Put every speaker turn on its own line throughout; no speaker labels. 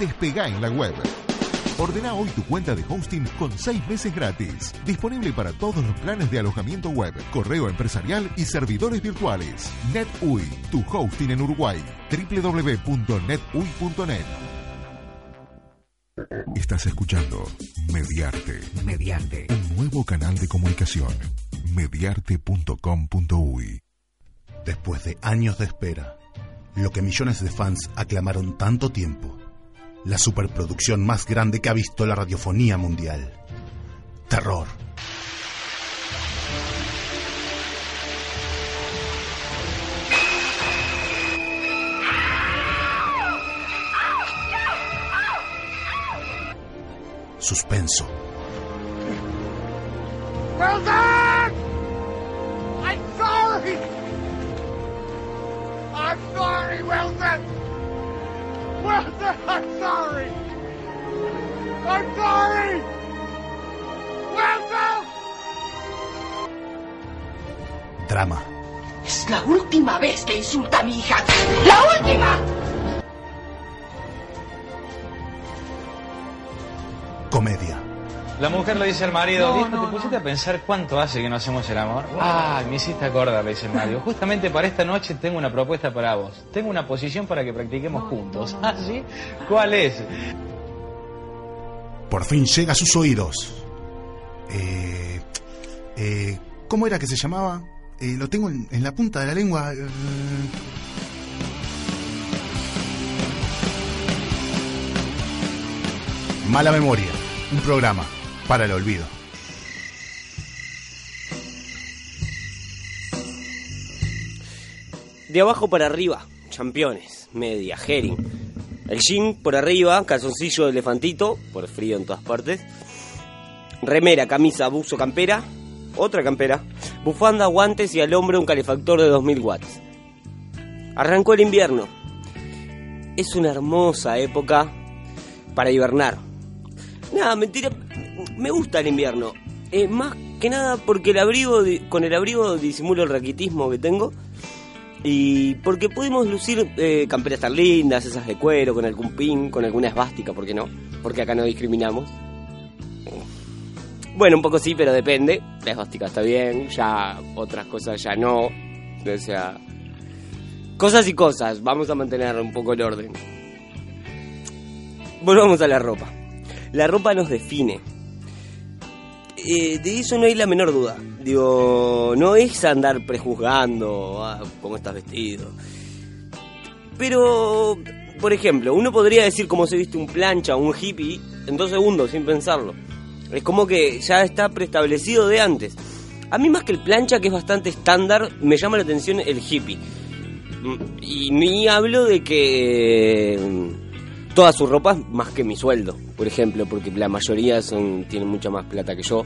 Despega en la web. Ordena hoy tu cuenta de hosting con seis meses gratis. Disponible para todos los planes de alojamiento web, correo empresarial y servidores virtuales. NetUI, tu hosting en Uruguay. www.netui.net. Estás escuchando Mediarte.
Mediarte.
Un nuevo canal de comunicación. Mediarte.com.uy.
Después de años de espera, lo que millones de fans aclamaron tanto tiempo, la superproducción más grande que ha visto la radiofonía mundial. Terror. Suspenso.
Wilson! I'm sorry! I'm sorry, Wilson! Wilson, I'm sorry! I'm sorry! Wilson!
Drama.
Es la última vez que insulta a mi hija. ¡La última!
Comedia.
La mujer le dice al marido, "Viejo, ¿te pusiste a pensar cuánto hace que no hacemos el amor? Ah, me hiciste acordar, le dice el marido. Justamente para esta noche tengo una propuesta para vos. Tengo una posición para que practiquemos juntos. ¿Ah, sí? ¿Cuál es?
Por fin llega a sus oídos. Eh, eh, ¿Cómo era que se llamaba? Eh, lo tengo en, en la punta de la lengua. Eh, Mala Memoria, un programa para el olvido.
De abajo para arriba, championes, media, herring. El jean por arriba, calzoncillo de elefantito, por frío en todas partes. Remera, camisa, buzo, campera. Otra campera. Bufanda, guantes y al hombro un calefactor de 2000 watts. Arrancó el invierno. Es una hermosa época para hibernar. Nada, mentira. Me gusta el invierno. Eh, más que nada porque el abrigo di- con el abrigo disimulo el raquitismo que tengo. Y porque podemos lucir eh, camperas tan lindas, esas de cuero, con algún pin, con alguna esvástica, ¿por qué no? Porque acá no discriminamos. Bueno, un poco sí, pero depende. La esvástica está bien, ya otras cosas ya no. O sea, cosas y cosas. Vamos a mantener un poco el orden. Volvamos a la ropa. La ropa nos define. Eh, de eso no hay la menor duda. Digo, no es andar prejuzgando ah, cómo estás vestido. Pero, por ejemplo, uno podría decir cómo se viste un plancha o un hippie en dos segundos sin pensarlo. Es como que ya está preestablecido de antes. A mí más que el plancha, que es bastante estándar, me llama la atención el hippie. Mm, Y ni hablo de que mm, toda su ropa es más que mi sueldo, por ejemplo, porque la mayoría son, tienen mucha más plata que yo.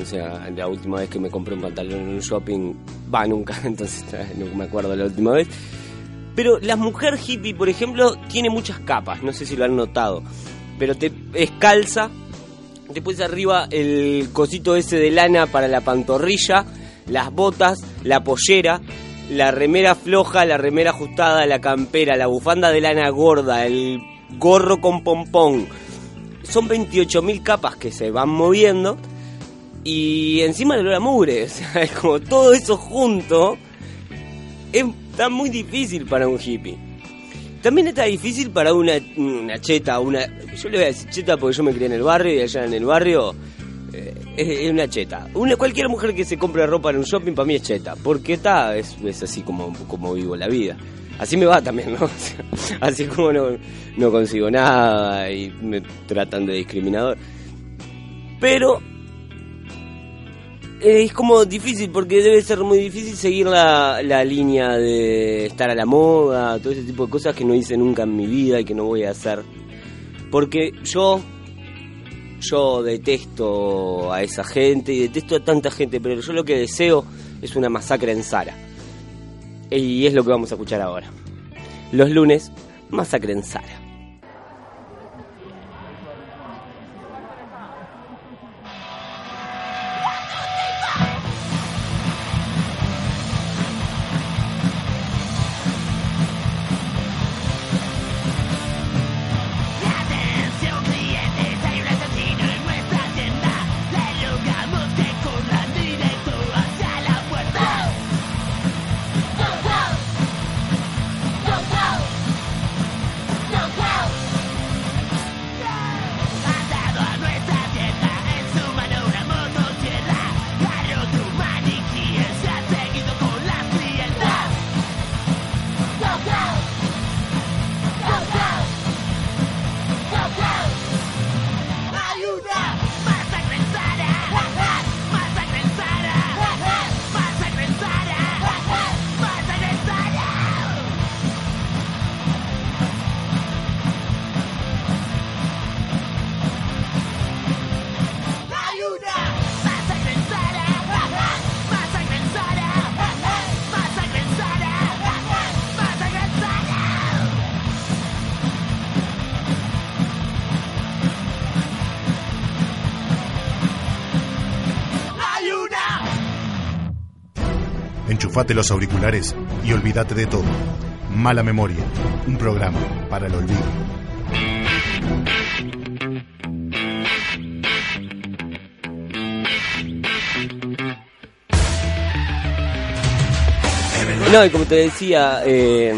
O sea, la última vez que me compré un pantalón en un shopping, va nunca, entonces no me acuerdo la última vez. Pero la mujer hippie, por ejemplo, tiene muchas capas, no sé si lo han notado. Pero te es calza, después arriba el cosito ese de lana para la pantorrilla, las botas, la pollera, la remera floja, la remera ajustada, la campera, la bufanda de lana gorda, el gorro con pompón. Son 28.000 capas que se van moviendo y encima el olor a mugre, o sea, es como todo eso junto es- está muy difícil para un hippie. También está difícil para una, una cheta, una... Yo le voy a decir cheta porque yo me crié en el barrio y allá en el barrio eh, es, es una cheta. Una, cualquier mujer que se compre ropa en un shopping para mí es cheta, porque está, es, es así como, como vivo la vida. Así me va también, ¿no? O sea, así como no, no consigo nada y me tratan de discriminador. Pero eh, es como difícil, porque debe ser muy difícil seguir la, la línea de estar a la moda, todo ese tipo de cosas que no hice nunca en mi vida y que no voy a hacer. Porque yo, yo detesto a esa gente y detesto a tanta gente, pero yo lo que deseo es una masacre en Sara. Y es lo que vamos a escuchar ahora. Los lunes, masacre en Sara.
Enchufate los auriculares y olvídate de todo. Mala Memoria, un programa para el olvido.
No, y como te decía, eh,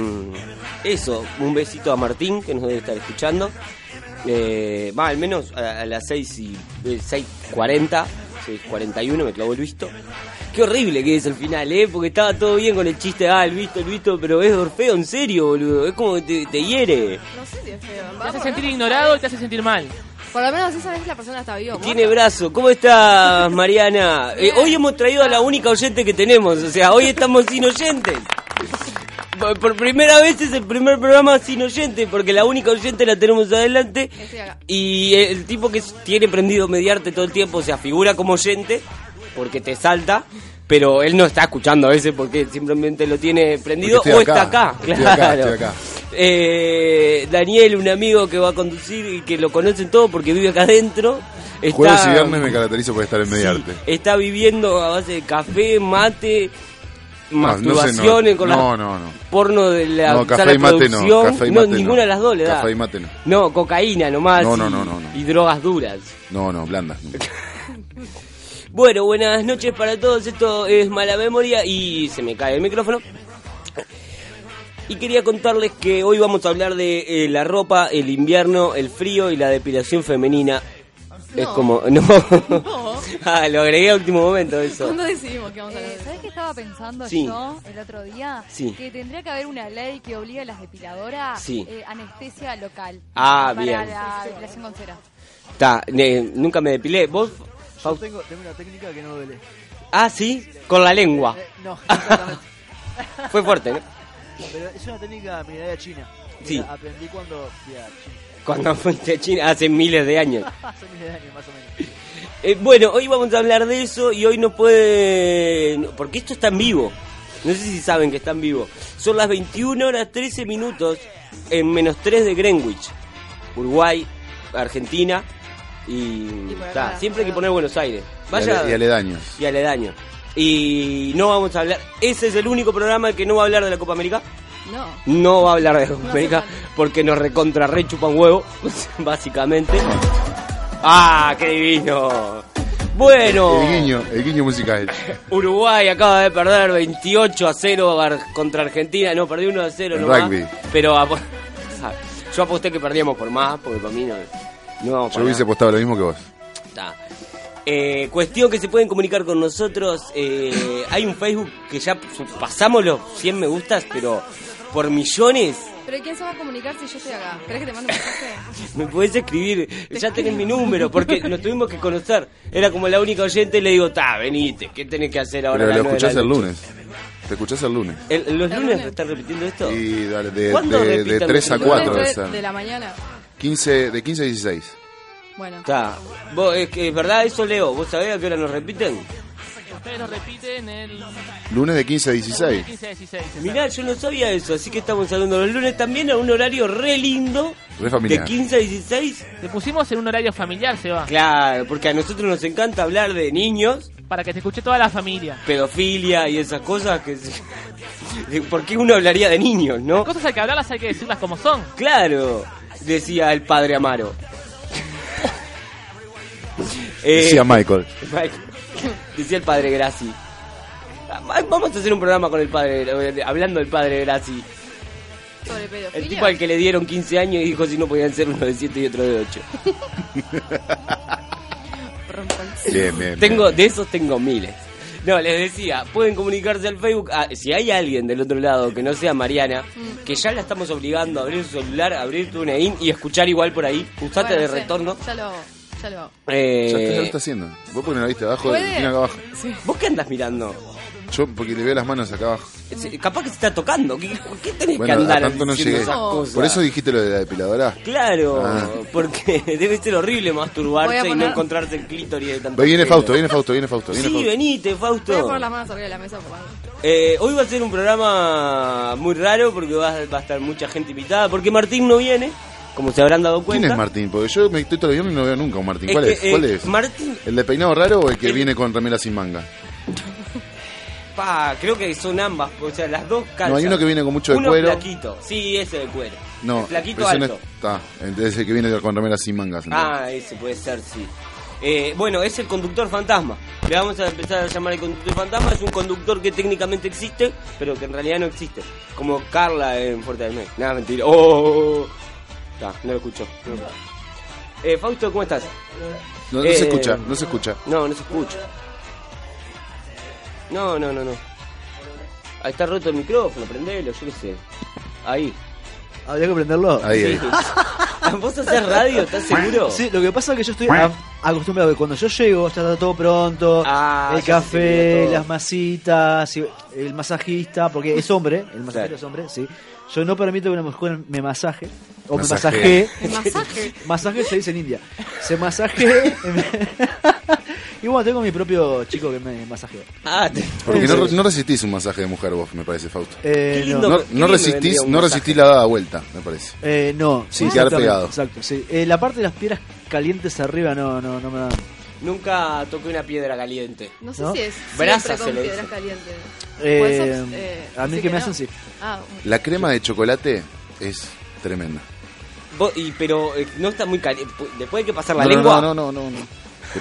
eso, un besito a Martín que nos debe estar escuchando. Eh, va, al menos a, a las 6 y eh, 6.40, 6.41 me clavó el visto. Qué horrible que es el final, ¿eh? Porque estaba todo bien con el chiste, ah, el visto, el visto, pero es Orfeo, en serio, boludo. Es como que te, te hiere.
No sé si es feo.
Te hace
Por
sentir
lo menos-
ignorado y te hace sentir mal.
Por lo menos esa vez la persona está viva.
Tiene
muerta.
brazo. ¿Cómo estás, Mariana? Eh, hoy hemos traído a la única oyente que tenemos. O sea, hoy estamos sin oyentes. Por, por primera vez es el primer programa sin oyente, porque la única oyente la tenemos adelante.
Estoy acá.
Y el tipo que tiene prendido mediarte todo el tiempo, o sea, figura como oyente, porque te salta. Pero él no está escuchando a veces porque simplemente lo tiene prendido
Porque
o
estoy
está
acá,
acá.
estoy
Claro.
acá, estoy acá.
Eh, Daniel, un amigo que va a conducir y que lo conocen todo porque vive acá adentro. Está,
Jueves y viernes me caracterizo por estar en
sí,
Mediarte.
está viviendo a base de café, mate,
No, no sé,
masturbaciones
no.
con
No,
la
no, no.
porno de la
No, café
sala
y mate no,
de producción.
café y
no,
mate no.
ninguna de las dos le da.
Café y mate no.
No, cocaína nomás.
No, no,
y-
no, no, no.
Y drogas duras.
No, no, blandas. no.
Bueno, buenas noches para todos. Esto es Mala Memoria y se me cae el micrófono. Y quería contarles que hoy vamos a hablar de eh, la ropa, el invierno, el frío y la depilación femenina. Es
No.
como. No.
No.
ah, lo agregué a último momento eso.
¿Cuándo decidimos que vamos a hablar
Eh,
de eso?
¿Sabes qué estaba pensando
Sí.
yo el otro día?
Sí.
Que tendría que haber una ley que obligue a las depiladoras
Sí.
eh, anestesia local.
Ah,
para
bien.
la depilación con cera.
Ta, ne- nunca me depilé. ¿Vos?
Yo tengo, tengo una técnica que no duele.
Ah, sí, con la lengua.
Eh, no, exactamente.
Fue fuerte, ¿no?
Pero es una técnica milenaria china. que
Sí.
la Aprendí cuando fui a China.
Cuando fuiste a China hace miles de años.
Hace miles de años más o menos.
Eh, bueno, hoy vamos a hablar de eso y hoy nos puede... Porque esto está en vivo. No sé si saben que está en vivo. Son las 21 horas 13 minutos en menos 3 de Greenwich. Uruguay, Argentina y...
Y por acá,
ta, siempre hay que
por
poner
acá.
Buenos Aires.
Y
Vaya
ale- y aledaños.
y aledaño. Y no vamos a hablar... Ese es el único programa que no va a hablar de la Copa América.
No.
No va a hablar de Copa
No
América
hace falta.
porque nos recontra re chupan huevo, básicamente. ¡Ah, qué divino! Bueno,
El guiño, el guiño musical.
Uruguay acaba de perder 28 a 0 ar- contra Argentina. No, perdí 1 a 0
En
nomás.
rugby.
Pero apo- yo aposté que perdíamos por más, porque para mí no, no vamos
Yo
para
hubiese
nada.
apostado lo mismo que vos.
Ta. Eh, cuestión que se pueden comunicar con nosotros. eh, hay un Facebook que ya su- pasamos los 100 me gustas, pero por millones.
Pero ¿quién se va a comunicar si yo estoy acá? ¿Querés que te mande un mensaje?
Me podés escribir, ya tenés mi número, porque nos tuvimos que conocer. Era como la única oyente y le digo, ta, venite, ¿qué tenés que hacer ahora?
Pero
a
lo
las nueve de
escuchás
la
el
noche?".
lunes. Te escuchás el lunes.
El- ¿Los lunes están repitiendo esto?
Y dale, de,
¿Cuándo
de,
repiten
3 a
los
4
lunes?
esa.
De la mañana.
15, de 15 a 16.
Bueno.
Está. Vos, es que es verdad eso, Leo. ¿Vos sabés a qué hora nos repiten?
Ustedes lo repiten el
Lunes de 15 a 16.
15 a 16.
Mirá, yo no sabía eso, así que estamos saliendo los lunes también a un horario re lindo.
Re familiar.
De 15 a 16.
Te pusimos en un horario familiar, Seba.
Claro, porque a nosotros nos encanta hablar de niños,
Para que te escuche toda la familia.
pedofilia y esas cosas que... se- ¿Por qué uno hablaría de niños, no?
Cosas hay que hablarlas, hay que decirlas como son.
Claro, decía el padre Amaro. Eh,
Decía Michael.
Michael. Decía el padre Graci. Ah, Vamos a hacer un programa con el padre, eh, hablando del padre Graci.
Sobre
El
pedofilia.
tipo al que le dieron 15 años y dijo si no podían ser uno de 7 y otro de 8.
Bien, bien,
Tengo, de esos tengo miles. No, les decía, pueden comunicarse al Facebook. Ah, si hay alguien del otro lado que no sea Mariana,
Mm.
que ya la estamos obligando a abrir su celular, abrir TuneIn y escuchar igual por ahí, usate
Bueno,
de
sí,
retorno.
Ya lo. Ya lo.
Eh,
Ya, está, ya lo está haciendo. Vos pones la vista abajo,
¿Puede?
tiene acá abajo.
¿Vos qué andas mirando?
Yo, porque le veo las manos acá abajo.
Sí, Capaz que se está tocando. ¿Qué, qué tenés
Bueno,
que
a
andar
tanto no
diciendo
llegué.
esas cosas?
Por eso dijiste lo de la depiladora.
Claro,
Ah.
porque debe ser horrible
Voy a
masturbarse y no
poner-
encontrarse el clítoris de tanto
Ahí
Eh,
Viene
pelo.
Fausto, viene Fausto, viene Fausto. Viene
Sí,
Fausto.
venite,
Voy a
Fausto.
poner las manos arriba de la mesa por favor.
Eh, hoy va a ser un programa muy raro porque va, va a estar mucha gente invitada. Porque Martín no viene, como se habrán dado
¿Quién
cuenta.
es Martín? Porque yo me estoy todo el avión y no veo nunca a un Martín.
Es
¿Cuál
que,
es? ¿Cuál
eh,
es?
Martín-
¿El de peinado raro o el que viene con remera sin manga?
Pa, creo que son ambas, o sea, las dos calzas.
No, hay uno que viene con mucho de
Uno
cuero.
flaquito, sí, ese de cuero.
No,
El flaquito
pero ese no
alto.
está. Entonces el que viene con remera sin mangas. ¿no?
Ah, ese puede ser, sí. Eh, bueno, es el conductor fantasma. Le vamos a empezar a llamar el conductor fantasma. Es un conductor que técnicamente existe, pero que en realidad no existe. Como Carla en Fuerte del Mes. Nada, mentira. Oh, oh, oh, oh. Ta, no lo escucho. no lo escucho. Eh, Fausto, ¿cómo estás?
No, no
Eh,
se escucha, no se escucha.
No, no se escucha. No, no, no, no. Ahí está roto el micrófono, prendelo, yo qué sé. Ahí.
Habría que prenderlo.
Ahí, ahí.
¿Vos haces radio? ¿Estás seguro?
Sí, lo que pasa es que yo estoy a- acostumbrado que cuando yo llego ya está todo pronto,
Ah,
el
ya se te
café,
olvidó todo.
las masitas, y- el masajista, porque es hombre, el masajista
Claro.
es hombre, sí. Yo no permito que una mujer me masaje, o
Masajee.
me masajee. masaje se dice en India. Se masajee. y bueno, tengo mi propio chico que me masajea.
Ah, te-
Porque no, no resistís un masaje de mujer vos, me parece, Fausto.
Eh,
Qué lindo
No,
¿Qué
no
bien me
resistís,
vendría un
no
masaje?
resistís la dada vuelta, me parece.
Eh, no, sí,
Sin quedar
exactamente,
pegado.
Exacto, sí. Eh, la parte de las piedras calientes arriba no, no, no me dan.
Nunca toqué una piedra caliente.
No sé
¿No?
si es.
Brasa se
siempre con
le
piedras
dice.
calientes.
Eh,
Por eso, eh,
a mí
dice
que me
no.
hacen, sí.
Ah,
La crema de chocolate es tremenda.
Vos- y, pero eh, no está muy caliente. Después hay que pasar la
no, no,
lengua.
No, no, no, no, no.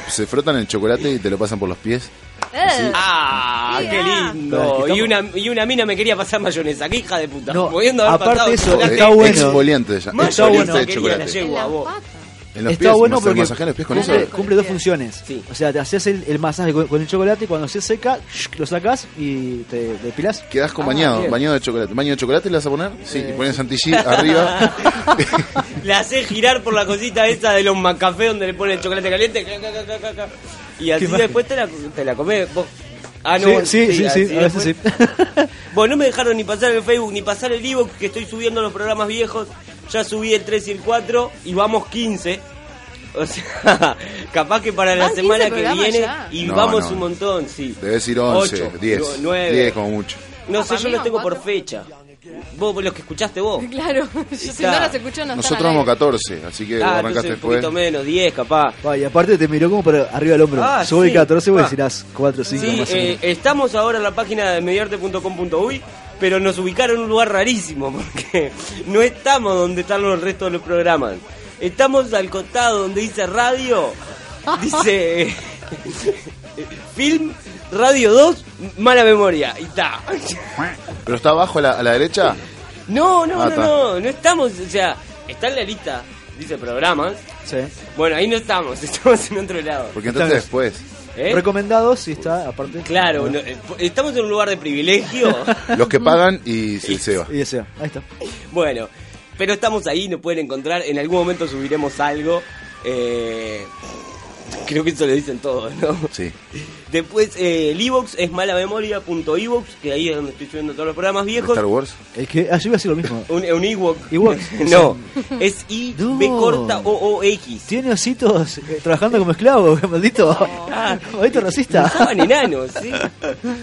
Se- Se frotan el chocolate y te lo pasan por los pies.
Eh,
¡Ah!
Sí,
¡Qué
ah.
lindo!
Claro,
Y una, y una mina me quería pasar mayonesa. ¡Qué hija de puta!
No,
Pudiendo haber
aparte
pasado
eso,
chocolate.
está bueno.
Eh, Exfoliante ya.
Está
Mayonesa
bueno.
Exfoliante de
quería la
chocolate.
yegua, vos.
En los
Está
pies,
bueno
mas-
porque
masajean los pies
Ah,
con eso.
cumple, cumple dos funciones.
Sí.
O sea, te haces el, el masaje con, con el chocolate y cuando se seca, lo sacas y te depilás.
Quedás con
Ah,
bañado,
bien.
bañado de chocolate. ¿Baño de chocolate le vas a poner? Sí, y pones Santilli arriba.
La hace girar por la cosita esa de los macafé donde le ponen el chocolate caliente. ca, ca, ca, ca, ca. Y así
imagen.
después te la, te la comés. Vos. Ah,
Sí, sí, sí, sí,
así
a veces
después. Bueno, no me dejaron ni pasar el Facebook ni pasar el Evox, que estoy subiendo los programas viejos. Ya subí el 3 y el 4 y vamos 15. O sea, capaz que para la
Van 15
semana que
programas
viene
ya.
y
No,
vamos
no.
un montón, sí.
Debes ir 11,
Ocho,
10.
nueve.
10 como mucho.
No
Ah,
sé,
para
yo
mí
los
van
tengo por
cuatro.
fecha. Vos vos los que escuchaste vos.
claro. Yo, si
Está.
no las escucho, no están
Nosotros
al
vamos
aire.
14, así que vos
Ah,
arrancaste
entonces un
después.
poquito menos, 10 capaz.
Ah, y aparte te miró como para arriba del hombro.
Ah,
Soy
sí.
14 vos
Ah.
decirás 4, 5
Sí,
más o menos.
eh, estamos ahora en la página de mediarte.com.uy, pero nos ubicaron en un lugar rarísimo porque no estamos donde están los restos de los programas. Estamos al costado donde dice radio, dice eh, film, radio 2, mala memoria. Y está.
Pero está abajo a la, a la derecha.
No, no,
Ah,
no,
está.
no, no estamos, o sea, está en la lista, dice programas.
Sí.
Bueno, ahí no estamos, estamos en otro lado.
Porque entraste
Estamos.
después.
¿Eh?
Recomendado si está, aparte.
Claro, no, eh, estamos en un lugar de privilegio.
Los que pagan y se se va.
Y desea, ahí está.
Bueno, pero estamos ahí, nos pueden encontrar. En algún momento subiremos algo. Eh, creo que eso lo dicen todos, ¿no?
Sí.
Después, eh, el iVoox es malamemoria.ivox, que ahí es donde estoy subiendo todos los programas viejos.
Star Wars.
Es que allí iba a decir lo mismo.
Un, eh, un Ewok. no, es I, B corta, O, O, X.
Tiene ositos eh, trabajando como esclavo, maldito. Maldito racista.
Usaban enanos, ¿sí?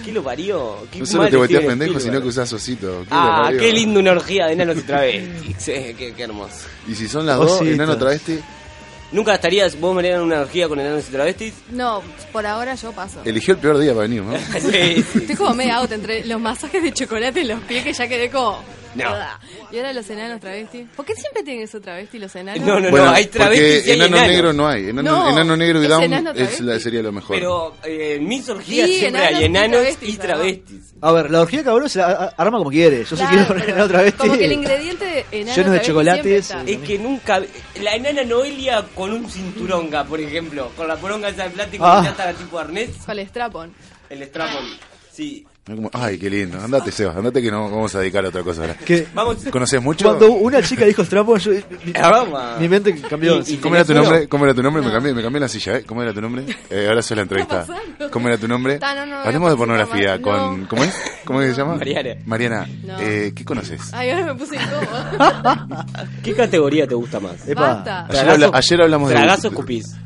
¿Qué lo parió? ¿Qué
No solo
mal
te volteas
Steven
pendejo,
Spielberg.
sino que usás osito. ¿Qué
Ah,
barbaridad.
qué lindo una orgía de enanos y travestis. Eh, qué, qué hermoso.
Y si son las dos,
Osito.
enano travesti,
¿Nunca estarías vos, Mariana, en una orgía con enanos y travestis?
No, por ahora yo paso.
eligió el peor día para venir, ¿no?
Sí, sí.
Estoy como media out entre los masajes de chocolate en los pies que ya quedé como.
No.
"Blah". Y ahora los enanos travestis. ¿Por qué siempre tienen eso travesti los enanos?
No, no,
Bueno,
no, hay travestis y
porque
hay
enano
enanos.
negro no hay. Enano,
No,
enano negro y
es
down
enano
es la- sería lo mejor.
Pero eh, en mis orgías
Sí,
siempre hay
enanos
enanos
y
y
travestis,
travestis.
A ver, la orgía cabrón se la a- a- arma como quiere. Yo si quiero poner otra vez.
Como que el ingrediente de
Lleno
enano
de
travesti
chocolates. eh.
siempre
Es que nunca. La enana Noelia con un cinturonga, por ejemplo. Con la poronga esa de plástico
Ah.
que ya está tipo arnés.
está. Con el strapon.
El strapon. Sí.
Como, Ay, qué lindo. Andate, Seba. Andate que nos vamos a dedicar a otra cosa ahora.
¿Qué?
Vamos.
¿Conoces mucho?
Cuando una chica dijo Strapo, yo, mi,
broma.
mi mente cambió.
¿Cómo era tu nombre? ¿Cómo era tu nombre? Me cambié, me cambié la silla, ¿eh? ¿Cómo era tu nombre? Eh, ahora soy la entrevistada. ¿Cómo era tu nombre?
Ta, no, no,
Hablemos de
voy a
pornografía
participar más.
con... ¿Cómo es? ¿Cómo que se llama?
Mariana.
Mariana,
No.
eh, ¿qué conoces?
Ay, ahora me puse incómodo.
¿Qué categoría te gusta más?
Eh,
Basta.
Ayer, habla- ayer hablamos de...
Tragazo cupis.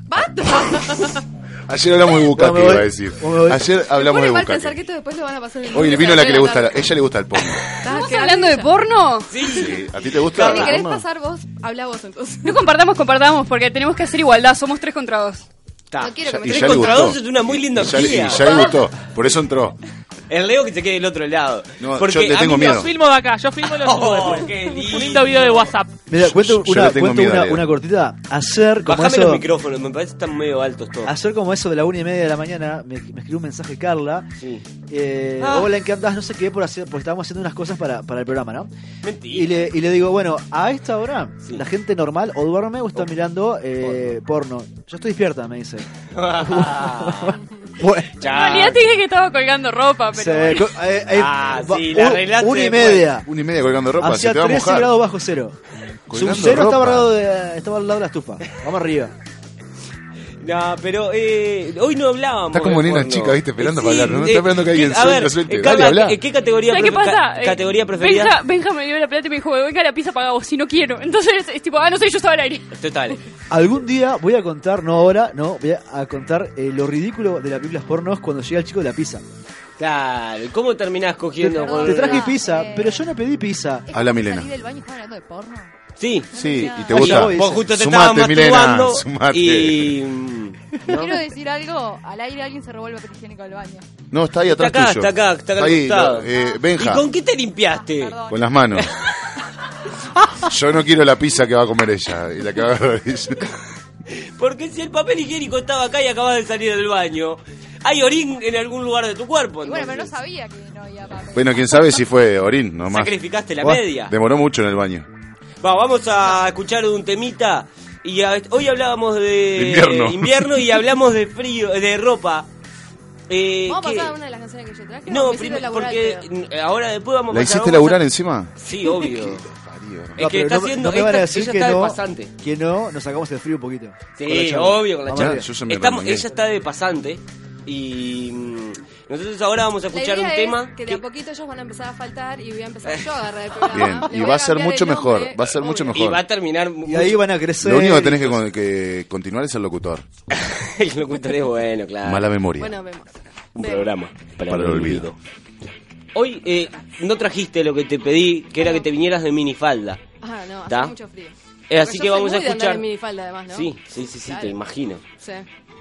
Ayer hablamos de
No, me
bucaque,
voy.
iba a decir. Ayer hablamos
Pone
de
mal pensar
bucaque.
que esto después lo van a pasar en
Hoy
el
el vino a la que le gusta, la- ella le gusta el porno.
¿Estás hablando de porno?
Sí, ¿A ti te gusta?
Si
el
querés
porno?
pasar vos, habla vos entonces.
No compartamos, compartamos, porque tenemos que hacer igualdad. Somos tres contra dos.
No
quiero
Ya-
que
y
me
ya le
contra
gustó.
dos es una muy linda
Y ya, le- y
orgía.
ya le gustó, por eso entró.
El Leo que se quede del otro lado.
No,
Porque
yo le
a
tengo
mí
miedo.
Los filmo de acá, yo filmo y los subo
Oh,
después.
qué
Un lindo video de WhatsApp.
Mira, cuento
Yo- yo
una,
le tengo
cuento
miedo a
una,
Leo.
una cortita. Ayer, como
Bajame
eso,
los micrófonos, me parece que están medio altos todos.
ayer como eso de la una y media de la mañana, me, me escribió un mensaje Carla.
Sí.
Eh,
Ah.
Hola, ¿en qué andás? No sé qué, por hacer, porque estábamos haciendo unas cosas para, para el programa, ¿no?
Mentira.
Y le, y le digo, bueno, a esta hora, la gente normal o duerme o está mirando eh, porno. Yo estoy despierta, me dice. Bueno.
Ah. En
Ah.
realidad te dije que estaba colgando ropa, pero.
Se-
bueno.
co- eh, eh,
Ah,
va-
sí,
un-
la arreglaste
Una y
después.
media.
Una y media colgando ropa,
Hacía
se te va a
13
mojar.
grados bajo cero.
Colgando
Sub cero estaba
ropa.
al, lado de, estaba al lado de la estufa. Vamos arriba.
No, pero eh, hoy no hablábamos.
Está como
de
nena
porno.
chica, ¿viste? Esperando
Sí,
para hablar. No
eh,
está esperando que alguien
a ver,
suelte, suelte.
eh,
Dale,
Carla,
habla.
¿qué- ¿Qué categoría,
¿Sabes qué
prefe-
pasa?
ca-
Eh,
categoría preferida?
Benja, Benja me dio la plata y me dijo, venga la pizza paga vos, si no quiero. Entonces es tipo, ah, no sé, yo estaba al aire.
Total.
Algún día voy a contar, no ahora, no, voy a a contar eh, lo ridículo de las películas pornos cuando llega el chico de la pizza.
Claro, ¿cómo terminás
Te,
cogiendo con
te traje pizza, pero yo no pedí pizza.
Habla Milena.
del baño y estaban hablando de porno.
Sí.
Sí, y te
Allá
gusta.
voy,
Vos
dice.
justo te
Sumate,
estabas
Milena,
masturbando
sumate.
y... mm,
Quiero decir algo. Al aire alguien se robó el papel higiénico del baño.
No, está ahí
Está
atrás
acá,
tuyo.
está acá, está acá al
ahí,
costado.
lo- eh, Benja,
¿Y con
con...
qué te limpiaste?
Ah,
las manos. Yo no quiero la pizza que va a comer ella. Y la que va a agarrar ella.
Porque si el papel higiénico estaba acá y acabas de salir del baño, hay orín en algún lugar de tu cuerpo.
Y bueno, pero no
entonces.
sabía que no había papel.
Bueno, quién sabe si fue Orín nomás.
Sacrificaste la
Buah,
media.
Demoró mucho en el baño.
Va, vamos a escuchar un temita. Y a- hoy hablábamos de
Invierno.
invierno y hablamos de frío, de ropa. Eh,
Vamos a
¿qué?
pasar a una de las canciones que yo traje.
No,
Me sirve
primero,
laburar,
porque
creo.
eh, ahora después vamos
¿La
a pasar-
hiciste
vamos a-
laburar encima?
Sí, obvio. Es
No, pero
que está
no, me-
haciendo.
no me van a
esta-
decir
ella
que
está de
no,
pasante.
que no, nos sacamos el frío un poquito. Con la
Sí,
charla.
obvio, con la
Vamos
charla.
arriba.
Estamos- ella está de pasante. Y. mm, Nosotros ahora vamos a
La
escuchar
idea
un
es
tema. Eh.
que de a poquito ellos van a empezar a faltar y voy a empezar yo a agarrar el programa.
Bien,
Le
y
voy
va a ser
cambiar
mucho
el nombre.
mejor. Va a ser mucho
Y
mejor.
va a terminar.
Y ahí van a crecer.
Lo único que tenés que, con- que continuar es el locutor.
El locutor es Ah. bueno, claro.
Mala memoria.
Bueno, vemos.
Un programa.
Para, el olvido.
Hoy eh, no trajiste lo que te pedí, que era que te vinieras de minifalda.
Ah, no, hace
¿Está?
mucho frío.
Eh, así
Pero
que
yo soy
vamos a
muy de andar
escuchar.
en minifalda, además, ¿no?
Sí, sí, sí, sí,
Claro.
te imagino.
Sí.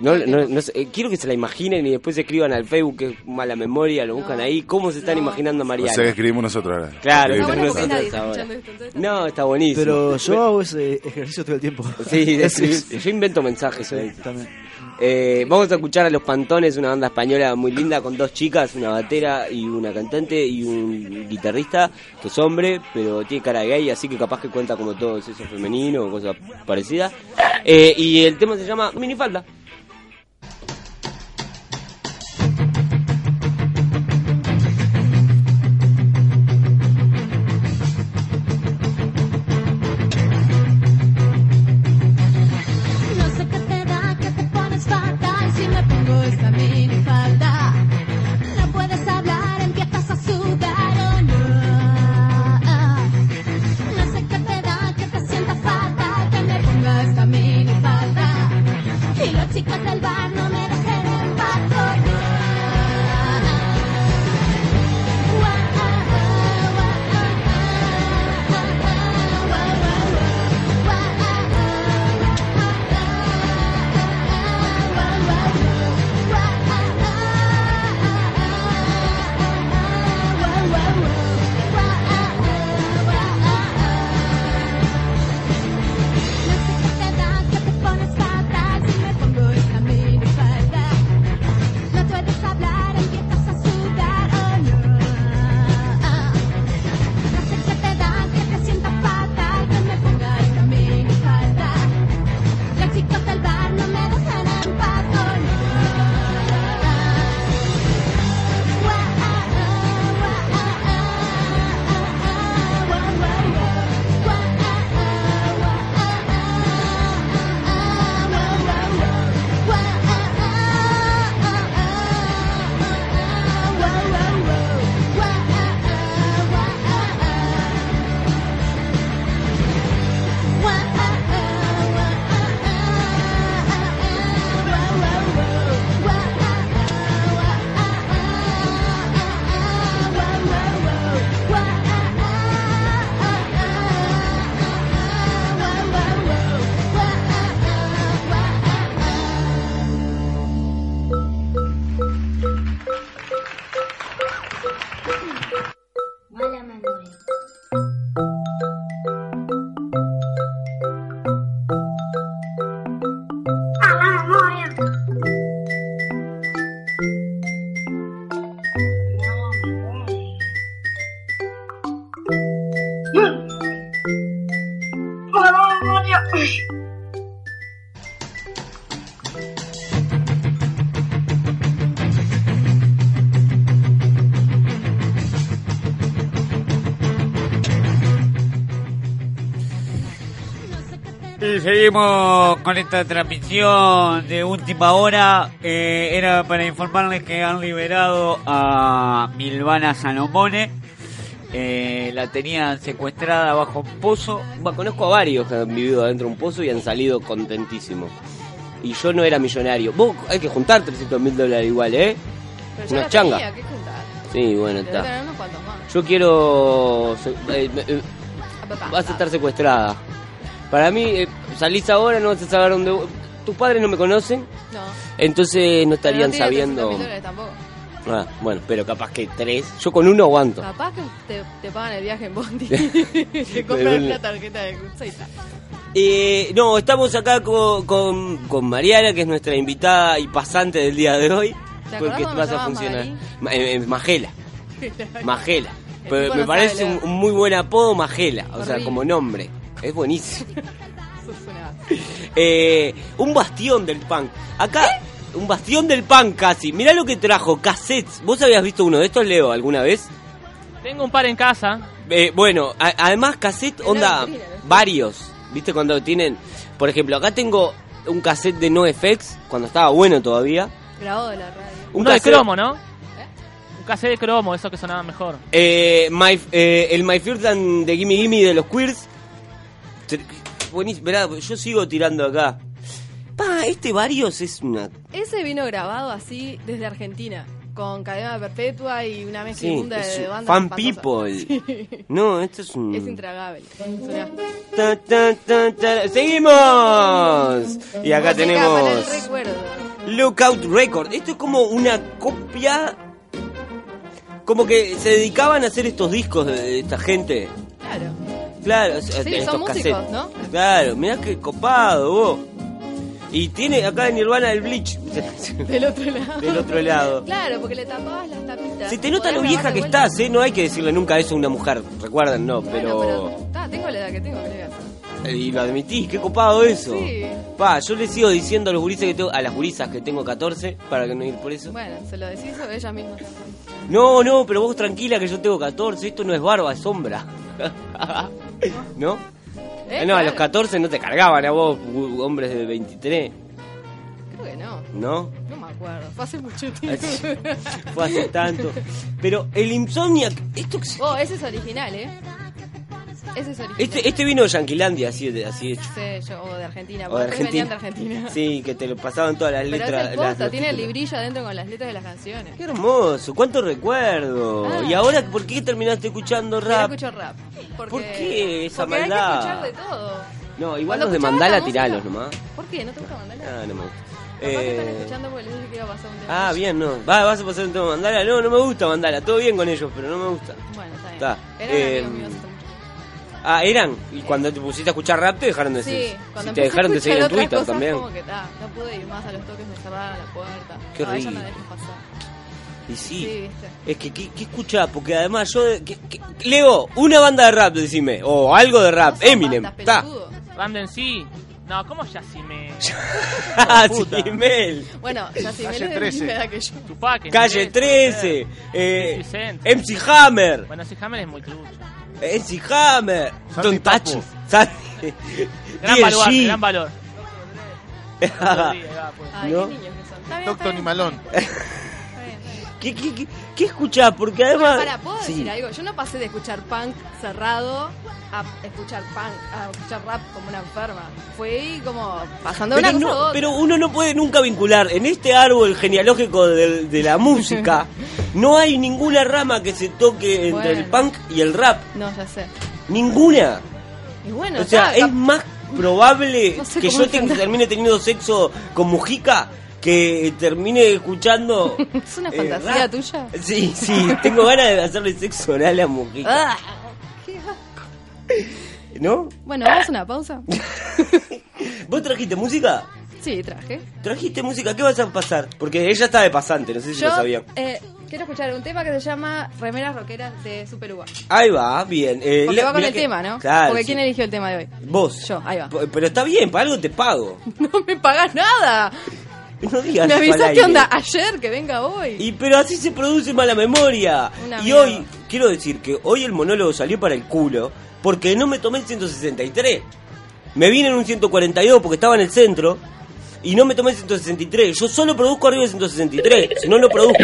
No, no, no sé, eh, quiero que se la imaginen y después escriban al Facebook, que es mala memoria, lo buscan ahí, cómo se están imaginando a
O
Mariana.
sea que escribimos nosotros ahora.
Claro,
Escribimos
escribimos
nosotros.
nosotros ahora. No, está buenísimo.
Pero yo hago ese ejercicio todo el tiempo.
Sí, de-
Ese es-
yo invento mensajes. ¿eh? Eh, vamos a escuchar a Los Pantones, una banda española muy linda con dos chicas, una batera y una cantante y un guitarrista que es hombre, pero tiene cara de gay, así que capaz que cuenta como todo sexo femenino o cosas parecidas. Eh, y el tema se llama Minifalda.
Y seguimos con esta transmisión de última hora. Eh, era para informarles que han liberado a Milvana Salomone. Eh, la tenían secuestrada bajo un pozo.
Bueno, conozco a varios que han vivido adentro de un pozo y han salido contentísimos. Y yo no era millonario. Vos hay que juntar 300 mil dólares igual, ¿eh?
Pero yo
Una
la
changa.
tenía, ¿qué juntar?
Sí, bueno,
Debe
está.
tener unos cuantos más. Ah,
Yo quiero... se- eh, me- eh, vas a estar secuestrada. Para mí, eh, salís ahora, no vas a saber dónde... Tus padres no me conocen,
No.
entonces no estarían
Pero no tiene 300.000
sabiendo...
dólares tampoco.
Ah, bueno, pero capaz que tres. Yo con uno aguanto.
Capaz que te, te pagan el viaje en Bondi. te compran una tarjeta de Cruzeita.
Eh, no, estamos acá co- con, con, Mariana, que es nuestra invitada y pasante del día de hoy.
¿Te acordás
Porque
cuando
vas
se
a
llamaba
funcionar. Ma- eh, eh, Magela, Magela.
El
Pero
tipo
me
no
parece
sabe
un,
leer.
un muy buen apodo, Magela. O sea,
Horrible.
como nombre. Es buenísimo.
Sos una-
Eh, un bastión del punk. Acá, un bastión del punk casi. Mirá lo que trajo, cassettes. ¿Vos habías visto uno de estos, Leo, alguna vez?
Tengo un par en casa.
Eh, bueno, a- además cassette, onda, varios. ¿Viste cuando tienen? Por ejemplo, acá tengo un cassette de NoFX, cuando estaba bueno todavía.
Grabado de la radio.
Un
Uno de
cassette-
cromo, ¿no? Un cassette de cromo, eso que sonaba mejor.
Eh, My- eh, el My First and de Gimme Gimme de los Queers. Tr- Buenísimo, verá, yo sigo tirando acá. Pa, este varios es una...
Ese vino grabado así desde Argentina, con cadena perpetua y una mezcla
Sí,
inmunda
es
de, de
un
bandas.
fan Mm.
espantosas.
people.
Sí.
No, esto es un...
Es intragable. Soná.
Ta, ta, ta, ta. ¡Seguimos! Y acá
Música para el
tenemos...
recuerdo.
Lookout Record. Esto es como una copia. Como que se dedicaban a hacer estos discos de, de esta gente.
Claro.
Claro, o sea,
Sí,
estos
son músicos,
cassettes.
¿no?
Claro, mirá qué copado vos. Y tiene acá en Nirvana el bleach.
Del otro lado.
Del otro lado.
Claro, porque le tapabas las tapitas.
Se te
Y
nota lo
podías
vieja
grabar
que
de vuelta.
estás, ¿eh? No hay que decirle nunca eso a una mujer. Recuerden, no, pero.
Ta, tengo la edad que tengo, creo.
Y lo admitís, qué copado eso.
Sí.
Pa, yo le sigo diciendo a los gurises que tengo, a las gurisas que tengo 14, para que no ir por eso.
Bueno, se lo decís o ella misma.
No, no, pero vos tranquila que yo tengo 14, esto no es barba, es sombra. ¿No?
Eh,
Ah, no, a
claro.
los 14 no te cargaban a vos, u- hombres de 23,
Creo que no.
¿no?
No me acuerdo. Fue hace mucho tiempo.
Así, Fue hace tanto. Pero el Insomniac, esto que-
Oh, ese es original, ¿eh? Ese es original.
este, este vino de Yanquilandia, así, de- así hecho.
Sí, yo, o de Argentina.
O
porque
de
después
Argentina.
venían de Argentina.
Sí, que te lo pasaban todas las
Pero
letras.
es el
las-
posta,
los
tiene el
títulos.
librillo adentro con las letras de las canciones.
Qué hermoso, cuánto recuerdo.
Ah.
Y ahora, ¿por qué terminaste escuchando
Yo
rap?
escucho rap. Porque,
¿Por qué esa
porque
maldad?
hay que escuchar de todo.
No, igual
Cuando
los de
escuchaba
mandala
esta música-
tiralos nomás.
¿Por qué? ¿No te gusta mandala?
Ah, no me gusta.
Capaz que están
Eh,
escuchando porque les dije que iba a pasar un tema.
Ah, bien, no. Va, vas a pasar un tema de mandala. No, no me gusta mandala. Todo bien con ellos, pero no me gusta.
Bueno, está bien.
Está.
Eran
Eh,
amigos míos.
Ah, eran. Y cuando te pusiste a escuchar rap, te dejaron de
Sí,
seguir.
cuando
Si te
empecé
dejaron
a
de
escuchar
seguir en
otras
Twitter
cosas,
también.
Como que, ta, no pude ir más a los toques, me cerraron la puerta.
Qué
no, ella no
horrible.
dejé pasar.
Y sí.
Sí, viste.
Es que, ¿qué, qué escuchás? Porque además yo. que- que- Leo, una banda de rap, decime. O algo de rap. Ah, Eminem. Está.
Random sí. No, ¿cómo Yacime?
Sí, Mel.
Bueno, ya si
Calle
me
13.
la edad que yo.
Tupac. es
Calle
inglés,
13. Eh, MC Hammer.
Bueno, si Hammer es muy trucho.
MC Hammer. Don Tachi. Santi.
Gran
TLC.
valor, gran valor.
Ah.
pues.
Ay,
¿No?
qué niños que son. Está bien, está
Doctor
bien.
Nimalón.
¿Qué, qué, qué, qué escuchás? Porque además.
Para, ¿puedo
Sí.
decir algo? Yo no pasé de escuchar punk cerrado a escuchar punk, a escuchar rap como una enferma. Fue como pasando de una
pero,
cosa
no-
a otra.
pero uno no puede nunca vincular. En este árbol genealógico del- de, la música, no hay ninguna rama que se toque entre el punk y el rap.
No, ya sé.
Ninguna.
Y bueno,
o sea,
ya,
es
cap-
más probable
No sé
que
cómo
yo te-
defender.
termine teniendo sexo con Mujica que termine escuchando.
es una
eh,
fantasía
rap.
tuya.
Sí, sí, tengo ganas de hacerle sexo oral a Mujica.
Ah, qué va-
¿No?
Bueno, vamos a una pausa.
¿Vos trajiste música?
Sí, traje.
¿Trajiste música? ¿Qué vas a pasar? Porque ella está de pasante, no sé si
Yo
lo sabían.
eh, Quiero escuchar un tema que se llama Remeras Roqueras de Super Uva.
Ahí va, bien. Eh,
Porque
Leo,
va con
mirá
el
que-
tema, ¿no?
Claro.
Porque
sí.
¿quién eligió el tema de hoy?
Vos.
Yo, ahí va.
P- Pero está bien, para algo te pago.
No me pagás nada.
No digas
Me
eso al
avisaste,
aire.
onda, ayer que venga hoy.
Y pero así se produce mala memoria.
Una
y
mierda.
hoy, quiero decir que hoy el monólogo salió para el culo porque no me tomé el 163. Me vine en un 142 porque estaba en el centro y no me tomé el 163. Yo solo produzco arriba del 163, si no, no produzco.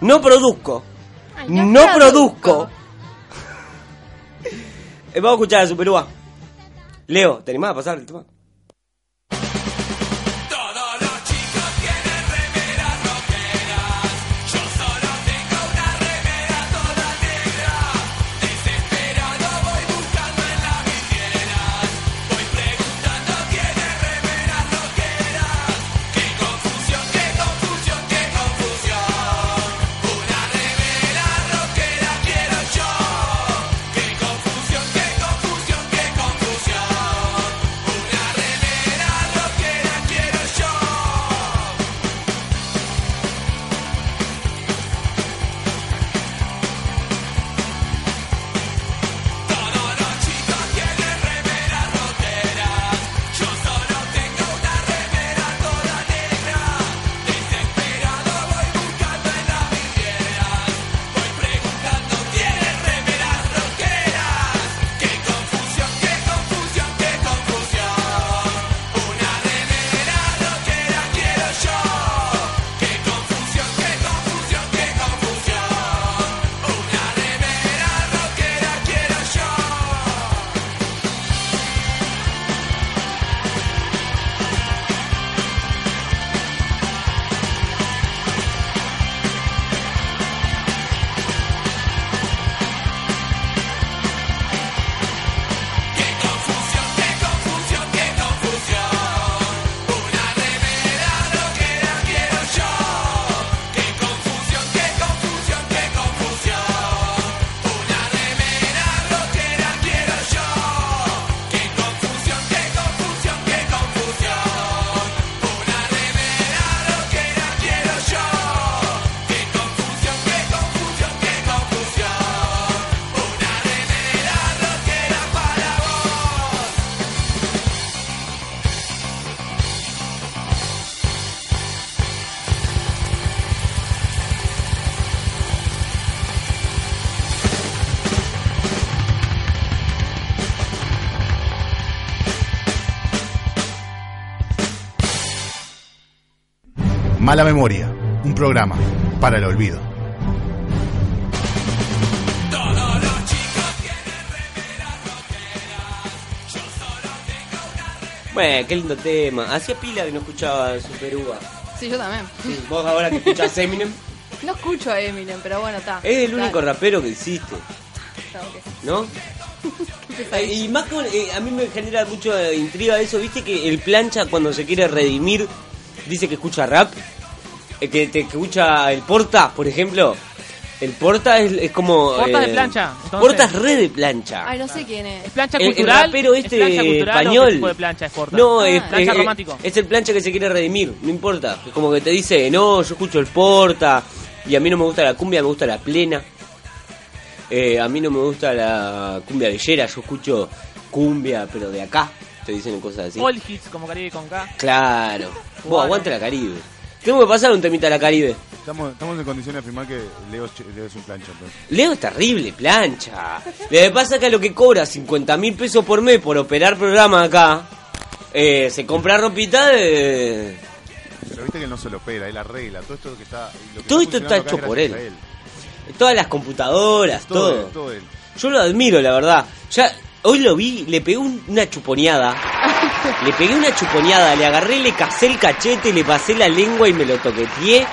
No produzco. no produzco. Eh, Vamos a escuchar a Superúa. Leo, ¿te animás a pasar el tema?
Mala Memoria, un programa para el olvido.
Bueno, qué lindo tema. Hacía pila que no escuchaba Super Uva.
Sí, yo también.
Sí, Vos ahora que escuchás Eminem,
No escucho a Eminem, pero bueno, está.
es el
Está,
único rapero que existe,
está, ok.
¿no? Eh, y más con, eh, a mí me genera mucha intriga eso, viste que el plancha cuando se quiere redimir dice que escucha rap, Eh, que te que escucha el porta, por ejemplo. El porta es, es como... eh,
Porta de plancha, entonces.
Porta es re de plancha.
Ay, no sé quién es. Es
plancha
El- el
cultural.
rapero
¿Es
este
plancha cultural
español.
o qué tipo de plancha es corta?
No, es,
plancha
es-
romántico.
es el plancha que se quiere redimir, no importa. Es como que te dice, no, yo escucho el porta, y a mí no me gusta la cumbia, me gusta la plena. Eh, a mí no me gusta la cumbia villera, yo escucho cumbia, pero de acá. Te dicen cosas así.
All hits, como Caribe con K.
Claro. Vos
Bueno.
aguante la Caribe. Tengo que pasar un temita a la Caribe.
Estamos, estamos en condiciones de afirmar que Leo, es ch- Leo es un plancha. entonces.
Leo es terrible, plancha. Lo que pasa es que a lo que cobra 50 mil pesos por mes por operar programa acá, eh, se compra ropita de...
Pero viste que él no se lo opera, él arregla. Todo esto que está. lo que
Todo esto está
funcionando acá
hecho
es
por él.
gracias a
Todas las computadoras,
Todo
todo.
él, todo él.
Yo lo admiro, la verdad. Ya, hoy lo vi, le pegué un- una chuponeada. Le pegué una chuponeada, le agarré, le casé el cachete, le pasé la lengua y me lo toqueteé.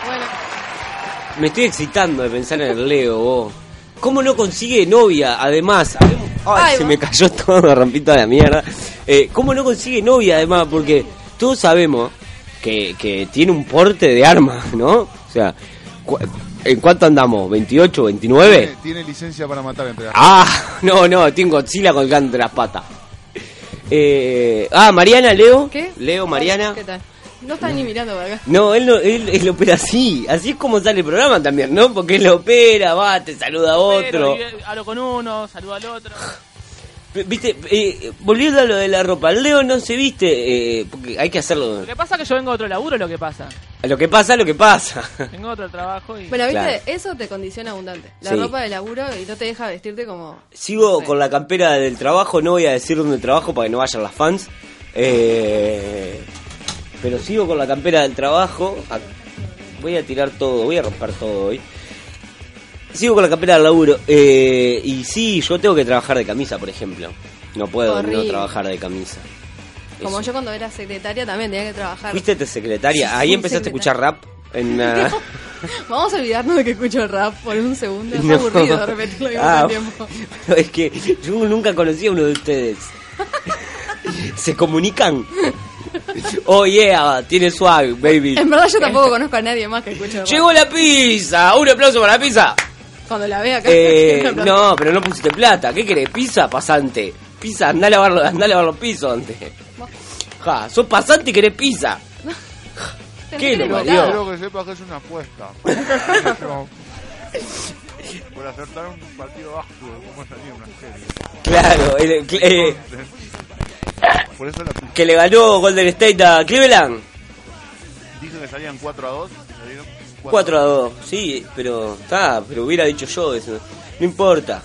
Me estoy excitando de pensar en el Leo, vos. ¿Cómo no consigue novia? Además, habemos- ay, se me cayó todo, rompí toda la mierda. Eh, ¿Cómo no consigue novia? Además, porque todos sabemos que, que tiene un porte de arma, ¿no? O sea, cu- ¿en cuánto andamos? ¿28, 29?
Tiene, tiene licencia para matar entre las-
Ah, no, no, tengo Godzilla colgando entre las patas. Eh, ah, Mariana, Leo.
¿Qué?
Leo, Mariana. Mm.
¿Qué tal? No está ni mirando para acá.
No, él, no, él, él opera así. Así es como sale el programa también, ¿no? Porque él opera, va, te saluda a
Pero,
otro.
y- hablo con uno, saludo al otro.
P- Viste, eh, volviendo a lo de la ropa, Leo no se viste, eh, porque hay que hacerlo.
Lo que pasa es que yo vengo de otro laburo, lo que pasa.
Lo que pasa, lo que pasa.
Vengo de otro trabajo y...
Bueno, viste,
Claro.
eso te condiciona abundante. La
Sí.
ropa de laburo y no te deja vestirte como.
Sigo con la campera del trabajo, no voy a decir dónde trabajo para que no vayan las fans. Eh, pero sigo con la campera del trabajo. Ah, Voy a tirar todo, voy a romper todo hoy. Sigo con la campera del laburo. eh, y sí, yo tengo que trabajar de camisa, por ejemplo. No puedo no
Horrible.
trabajar de camisa.
Como
Eso.
yo cuando era secretaria también tenía que trabajar.
¿Fuiste te secretaria?
Sí,
Ahí
sí,
empezaste a escuchar rap. En, ah,
Vamos a olvidarnos de que escucho rap por un segundo. Es
No.
aburrido repetirlo mismo
Ah,
todo el tiempo.
es que yo nunca conocí a uno de ustedes. Se comunican. Oh yeah, tiene swag, baby.
En verdad yo
Este.
tampoco conozco a nadie más que escuche rap.
Llegó la pizza, un aplauso para la pizza.
Cuando la ve acá.
Eh,
siempre aplaudo.
no, pero no pusiste plata. ¿Qué querés? ¿Pizza, pasante? Pizza, andá a lavar, los- andá a lavar los pisos antes. Ja, sos pasante y querés pizza. ¿Qué lo parió?
Quiero que sepa que es una apuesta. Por acertar un partido bajo, como salía una serie.
Claro, el- cl- eh,
pues. Por eso la
que le ganó Golden State a Cleveland.
dije que salían 4 a 2. salieron
4 a 2, sí, pero está, pero hubiera dicho yo eso. No importa,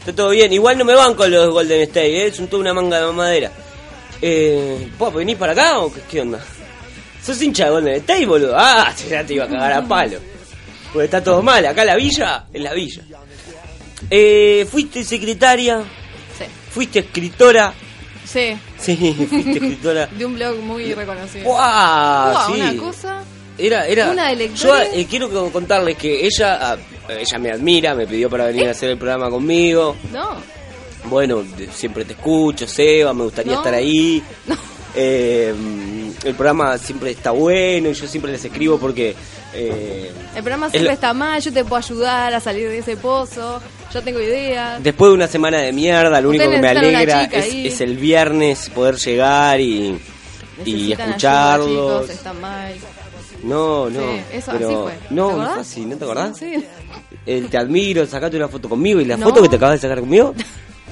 está todo bien. Igual no me van con los Golden State, ¿eh? son toda una manga de madera. Eh, ¿Vos venís para acá o qué, qué onda? ¿Sos hincha de Golden State, boludo? Ah, ya te iba a cagar a palo. Porque está todo mal, acá la villa, en la villa. Eh, fuiste secretaria,
Sí.
fuiste escritora,
Sí.
sí, fuiste escritora.
De un blog muy reconocido.
¡Buah!
Buah,
sí.
Una cosa.
Era, era.
Una de
yo
lectores.
eh, quiero co- contarles que ella, ah, ella me admira, me pidió para
¿Eh?
venir a hacer el programa conmigo.
No.
Bueno, de- siempre te escucho, Seba, me gustaría
No.
estar ahí. Eh, mm, el programa siempre está bueno y yo siempre les escribo porque. eh,
El programa
es
siempre
lo-
está mal, yo te puedo ayudar a salir de ese pozo, yo tengo ideas.
Después de una semana de mierda, lo único que
Ustedes
me
necesitan una
alegra
chica
es,
ahí.
es el viernes poder llegar y, y
Necesitan ayuda,
escucharlos.
chicos, está mal.
no, no.
Sí, eso así
pero-
fue.
No,
¿Te
no
acordás?
fue así, ¿no te acordás?
Sí,
el Eh, te admiro, sacate una foto conmigo y la
No.
foto que te acabas de sacar conmigo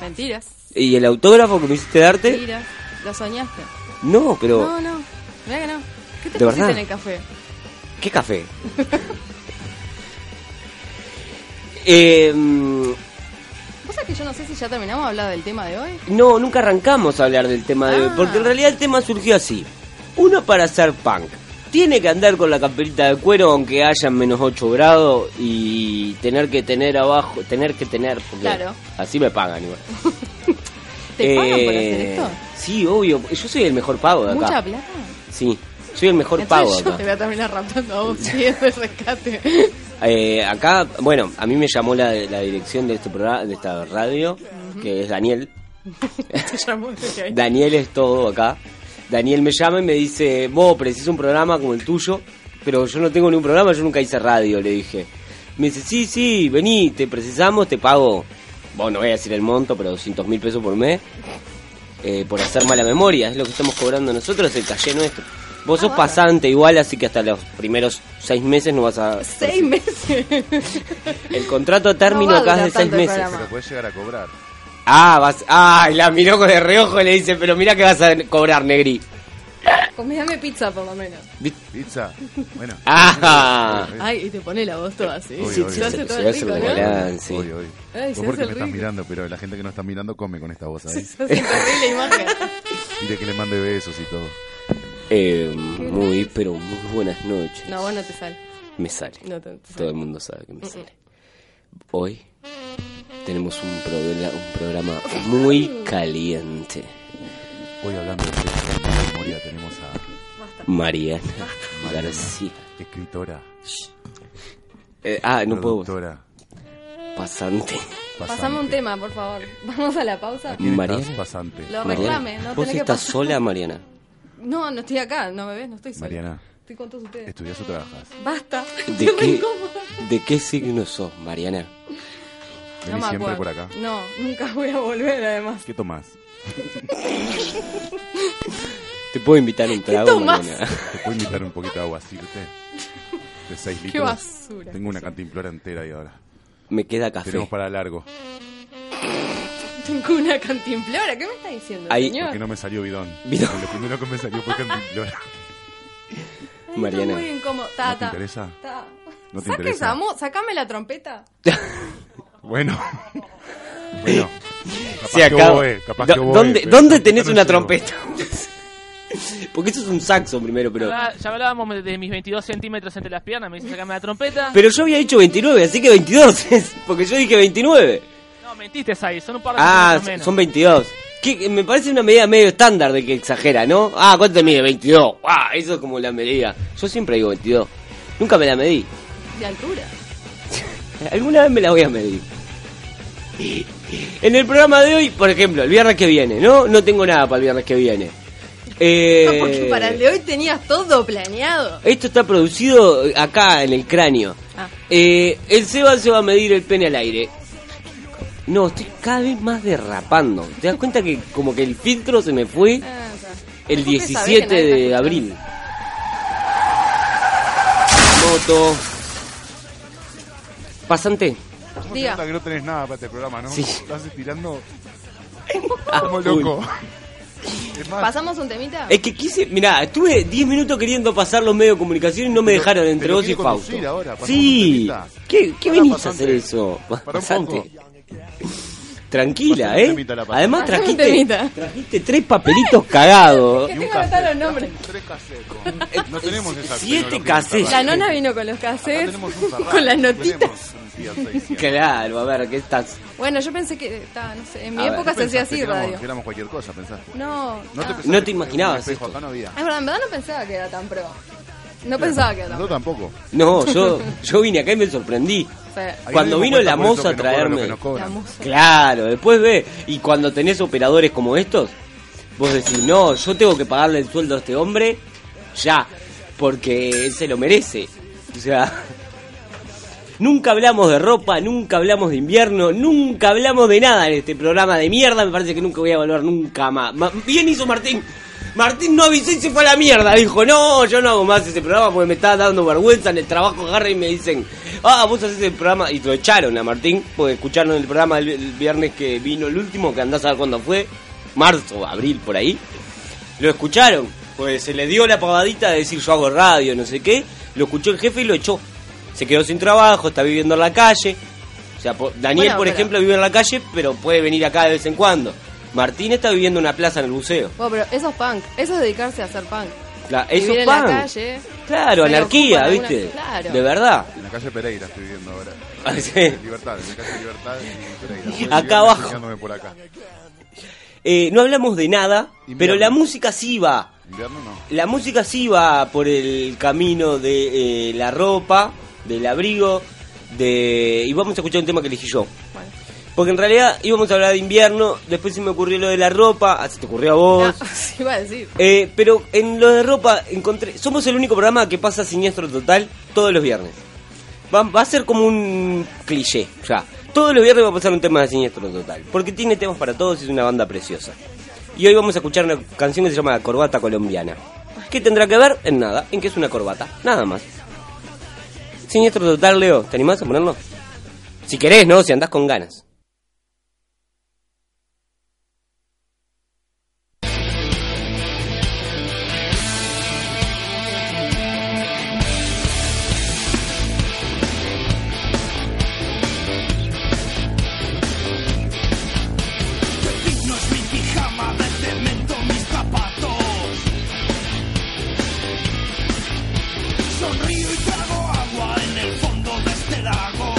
mentiras,
y el autógrafo que me hiciste darte.
mentiras. Lo soñaste.
No, pero
No, no, mira que no. ¿Qué te
¿De
pusiste
verdad?
en el café?
¿qué café? Eh, mm,
¿Vos sabés que yo no sé si ya terminamos de hablar del tema de hoy?
no, nunca arrancamos a hablar del tema de hoy,
Ah.
porque en realidad el tema surgió así. Uno para ser punk. Tiene que andar con la camperita de cuero aunque haya menos 8 grados y tener que tener abajo, tener que tener, porque
Claro.
así me pagan igual.
¿Te pagan por
Eh,
hacer esto?
Sí, obvio. Yo soy el mejor pago de acá.
¿Mucha plata?
Sí, soy el mejor pago
Entonces yo te
acá.
voy a terminar raptando a vos si es de rescate.
Eh, acá, bueno, a mí me llamó la, la dirección de este programa, de esta radio, que es Daniel.
Te llamo desde ahí.
Daniel es todo acá. Daniel me llama y me dice, vos preciso un programa como el tuyo, pero yo no tengo ningún programa, yo nunca hice radio, le dije. Me dice, sí, sí, vení, te precisamos, te pago, bueno, no voy a decir el monto, pero 200 mil pesos por mes, eh, por hacer mala memoria, es lo que estamos cobrando nosotros, el calle nuestro.
Ah,
Vos sos pasante igual, así que hasta los primeros seis meses no vas a...
Seis meses.
El contrato a
No
término
va a
acá es
durar
de seis
tanto el
meses.
programa. Pero
puedes llegar a cobrar. Ah, vas... Ah, la miró con el reojo y le dice, pero mira que vas a cobrar, negri.
Comídame pizza por lo menos.
Pizza. Bueno. Ah.
Ay, y te pone la voz toda así.
Obvio,
Sí,
obvio.
se hace todo
Se
el
hace
rico,
como
¿no?
la- sí.
Obvio, obvio.
Ay,
Vos
se
porque
hace
me estás
rico.
mirando, pero la gente que no está mirando come con esta voz ahí.
Se hace terrible imagen.
y de que le mande besos y todo.
Eh, muy, pero muy buenas noches.
No, vos no te sale.
Me sale.
No te- te sale.
Todo el mundo sabe que me
Mm,
sale. Hoy tenemos un, progra- un programa muy caliente.
Hoy hablando de sexo y de memoria tenemos a
Mariana García.
escritora.
Eh, ah, no puedo.
Productora.
Pasante.
Pasame un tema, por favor. Vamos a la pausa.
Mariana.
pasante.
Lo
Mariana,
reclame, no
¿Vos
tenés que
estás
pasar.
sola, Mariana?
No, no estoy acá, no me ves, no estoy sola.
Mariana.
Estoy con todos ustedes.
¿Estudias o trabajas?
Basta.
¿De
Estoy re
qué?
incómoda.
¿De qué signo sos, Mariana?
No me acuerdo. No, nunca voy a volver además.
¿Qué tomás?
Te puedo invitar un trago
tomás?
mañana.
¿Te puedo invitar un poquito de aguacirte? De 6 litros.
basura.
Tengo una cantimplora entera ahí ahora.
Me queda café.
Tenemos para largo.
Tengo una cantimplora. ¿Qué me está diciendo,
Ahí-
señor?
Porque no me salió bidón. Lo primero que me salió fue cantimplora.
Ay, está muy incómodo. Ta,
¿No te
ta,
interesa?
ta.
¿No te
Saca
interesa?
esa mo- sacame la trompeta.
Bueno. bueno. Capaz
Se
que
acaba.
vos, eh, capaz
Do-
que vos,
¿Dónde,
eh, pero-
¿dónde tenés
pero
una
yo-
trompeta? Porque eso es un saxo primero, pero.
Ya, ya hablábamos de- de mis 22 centímetros entre las piernas. Me dice sacame la trompeta.
Pero yo había dicho 29, así que 22 es. Porque yo dije 29.
No, mentiste ahí. Son un par de
Ah,
centímetros menos.
son 22. ¿Qué? Me parece una medida medio estándar de que exagera, ¿no? Ah, ¿cuánto te mide? 22. Ah, eso es como la medida. Yo siempre digo 22. Nunca me la medí.
De altura.
Alguna vez me la voy a medir. En el programa de hoy, por ejemplo, el viernes que viene, ¿no? No tengo nada para el viernes que viene. Eh,
No, porque para el de hoy tenías todo planeado.
Esto está producido acá en el cráneo.
Ah.
Eh, el Seba se va a medir el pene al aire. No, estoy cada vez más derrapando. ¿Te das cuenta que como que el filtro se me fue
Ah.
el
que sabés que
17
nadie está
de abril? Moto. Pasante.
¿Cómo se
Diga.
nota que no tenés nada para este programa, no?
Sí.
Estás estirando
Ah,
como
uy.
loco.
¿Pasamos un temita?
Es que quise, mirá, estuve 10 minutos queriendo pasar los medios de comunicación y no me
Pero-
dejaron entre
pero
vos y
quiere
Fausto.
conducir ahora, pasamos
sí,
un temita.
¿qué, qué
Pará,
venís
pasante.
a hacer eso?
Pará un
Pasante.
poco.
Tranquila,
Pasame un
¿eh?
temita la pasante.
Además
Pasame un
trajiste,
temita.
trajiste tres papelitos cagados.
Que tengo anotado los nombres.
Tres casetos. No tenemos esa
Siete
tecnología.
cassettes.
La nona vino con los cassettes, con las notitas.
Claro, a ver, ¿qué estás?
Bueno, yo pensé que, ta, no sé, en mi
A ver,
época se hacía así
éramos,
radio.
que éramos cualquier cosa, pensaste.
No,
No te,
ta.
pensaste
No te
que
imaginabas
un espejo
esto.
Acá no había.
Es verdad, en verdad no pensaba que era tan pro. No pensaba que era tan
Yo tampoco.
No, yo, yo vine acá y me sorprendí.
pro.
Cuando
nos dimos
vino
cuenta
la
por eso
moza a
que nos cobran lo que
traerme.
nos cobran. La
Claro, después ve. Y cuando tenés operadores como estos, vos decís, no, yo tengo que pagarle el sueldo a este hombre ya, porque él se lo merece. O sea, nunca hablamos de ropa, nunca hablamos de invierno, nunca hablamos de nada en este programa de mierda. Me parece que nunca voy a evaluar nunca más. Ma- Bien hizo Martín. Martín no avisó y se fue a la mierda. Dijo, no, yo no hago más ese programa porque me está dando vergüenza en el trabajo. Agarra y me dicen, ah, vos haces el programa. Y lo echaron a Martín porque escucharon el programa el, el viernes que vino el último, que andás a ver cuándo fue. Marzo, abril, por ahí. Lo escucharon. Pues se le dio la pavadita de decir yo hago radio, no sé qué. Lo escuchó el jefe y lo echó. Se quedó sin trabajo, está viviendo en la calle. O sea, po- Daniel,
Bueno,
por
pero-
ejemplo, vive en la calle, pero puede venir acá de vez en cuando. Martín está viviendo en una plaza en el buceo.
Bueno, pero eso es punk. Eso es dedicarse a hacer punk.
La- eso
Vivir
es
en la
punk.
calle.
Claro,
se
anarquía,
ocupa de
¿viste?
alguna- Claro.
De verdad.
En la calle Pereira estoy viviendo ahora.
Ah, sí.
Libertad, en la calle Libertad y Pereira. Voy
Acá
viviendo y
abajo.
fijándome por acá.
Eh, no hablamos de nada, pero la música sí va.
Invierno no.
La música sí va por el camino de eh, la ropa, del abrigo, de... y vamos a escuchar un tema que elegí yo. Porque en realidad íbamos a hablar de invierno, después se me ocurrió lo de la ropa, ah, se te ocurrió a vos.
Sí, iba a decir.
Eh, pero en lo de ropa encontré... Somos el único programa que pasa siniestro total todos los viernes. Va, va a ser como un cliché, ya. Todos los viernes va a pasar un tema de siniestro total. Porque tiene temas para todos y es una banda preciosa. Y hoy vamos a escuchar una canción que se llama Corbata Colombiana. ¿Qué tendrá que ver? En nada, en que es una corbata, nada más. Siniestro total, Leo, ¿te animás a ponerlo? Si querés, ¿no? Si andás con ganas.
digno es mi pijama de cemento, mis zapatos. Sonrío y trago agua en el fondo de este lago.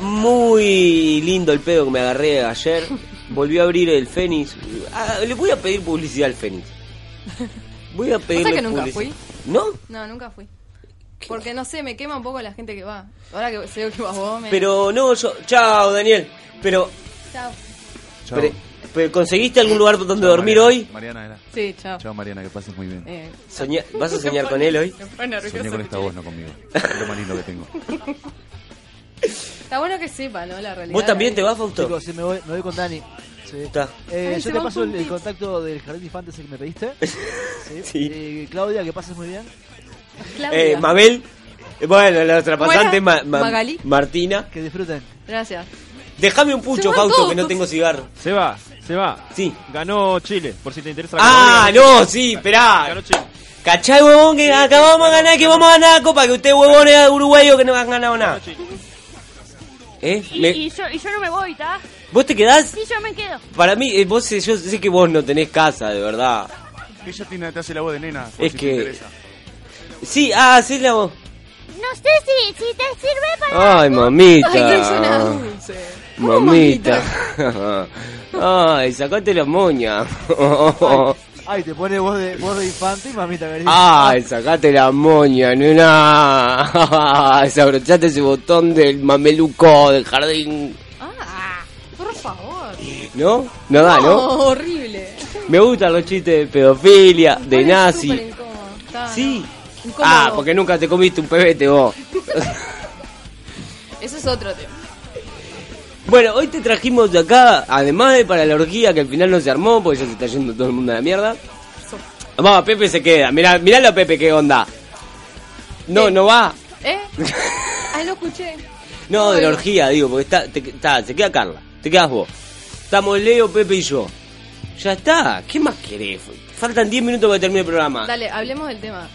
muy lindo el pedo que me agarré ayer. Volvió a abrir el Fénix. Ah, le voy a pedir publicidad al Fénix. Voy a pedir
¿Pasa que nunca fui?
¿No?
No, nunca fui. Porque no sé, me quema un poco la gente que va. Ahora que sé que vas vos, me...
Pero no, yo. Chao, Daniel. Pero,
Chao.
Chao.
pero- pero ¿conseguiste algún lugar donde dormir hoy?
Mariana era.
Sí, chao.
Chao, Mariana, que pases muy bien.
Eh.
Soña- ¿Vas a soñar con él hoy?
Me pone nervioso.
Soñé con esta voz, no conmigo. Es lo más lindo que tengo.
Está bueno que sepa, ¿no? La realidad.
te vas, Fausto?
Chicos, sí, me voy, me voy con Dani. Sí.
Está.
Eh,
Ahí se
yo te
va
paso el, el
juntito.
contacto del jardín fantasy que me pediste. Sí. Eh, Claudia, que pases muy bien.
Eh, Mabel. eh, Bueno, la ultrapasante
Buena,
Ma- Ma-
Magalí.
Martina.
Que disfruten.
Gracias.
Déjame un pucho,
van
Fausto,
todos.
que no tengo cigarro.
Se va, se va.
Sí.
Ganó Chile, por si te interesa. la
Ah,
categoría, ganó
no,
Chile.
sí, esperá.
Ganó Chile.
¿Cachai, huevón? Que acá vamos a ganar, que vamos a ganar la copa, que usted, huevón, es uruguayo que no han ganado nada. ¿Eh?
Y,
Me-
y yo, y yo no me voy, ¿tá?
¿Vos te quedás?
Sí, yo me quedo.
Para mí, eh, vos, eh, yo sé que vos no tenés casa, de verdad.
Ella tiene, te hace la voz de nena. por
Es
si te
que-
interesa.
Sí, ah, sí, la voz.
No sé si, si te sirve para.
Ay,
algo.
mamita.
¿Cómo
Mamita. Ay, sacate los moñas.
Ay, te pone voz de, voz de infante y mamita cariño.
Ay, sacate la moña, nena. Desabrochate ese botón del mameluco del jardín.
Ah, Por favor. Oh,
¿No? No da, ¿no?
Horrible.
Me gustan los chistes de pedofilia, de
Súper
nazi.
incómodo. Está,
Sí.
¿no? Incómodo.
Ah, porque nunca te comiste un pebete vos.
Eso es otro tema.
Bueno, hoy te trajimos de acá, además de para la orgía que al final no se armó, porque ya se está yendo todo el mundo a la mierda. Vamos, Pepe se queda. Mirá, miralo a Pepe, qué onda. No, no va.
¿Eh? Ah, lo escuché.
No, de la orgía, digo, porque está, te- está, se queda Carla, te quedas vos. Estamos Leo, Pepe y yo. Ya está, ¿qué más querés? Faltan 10 minutos para que termine el programa.
Dale, hablemos del tema.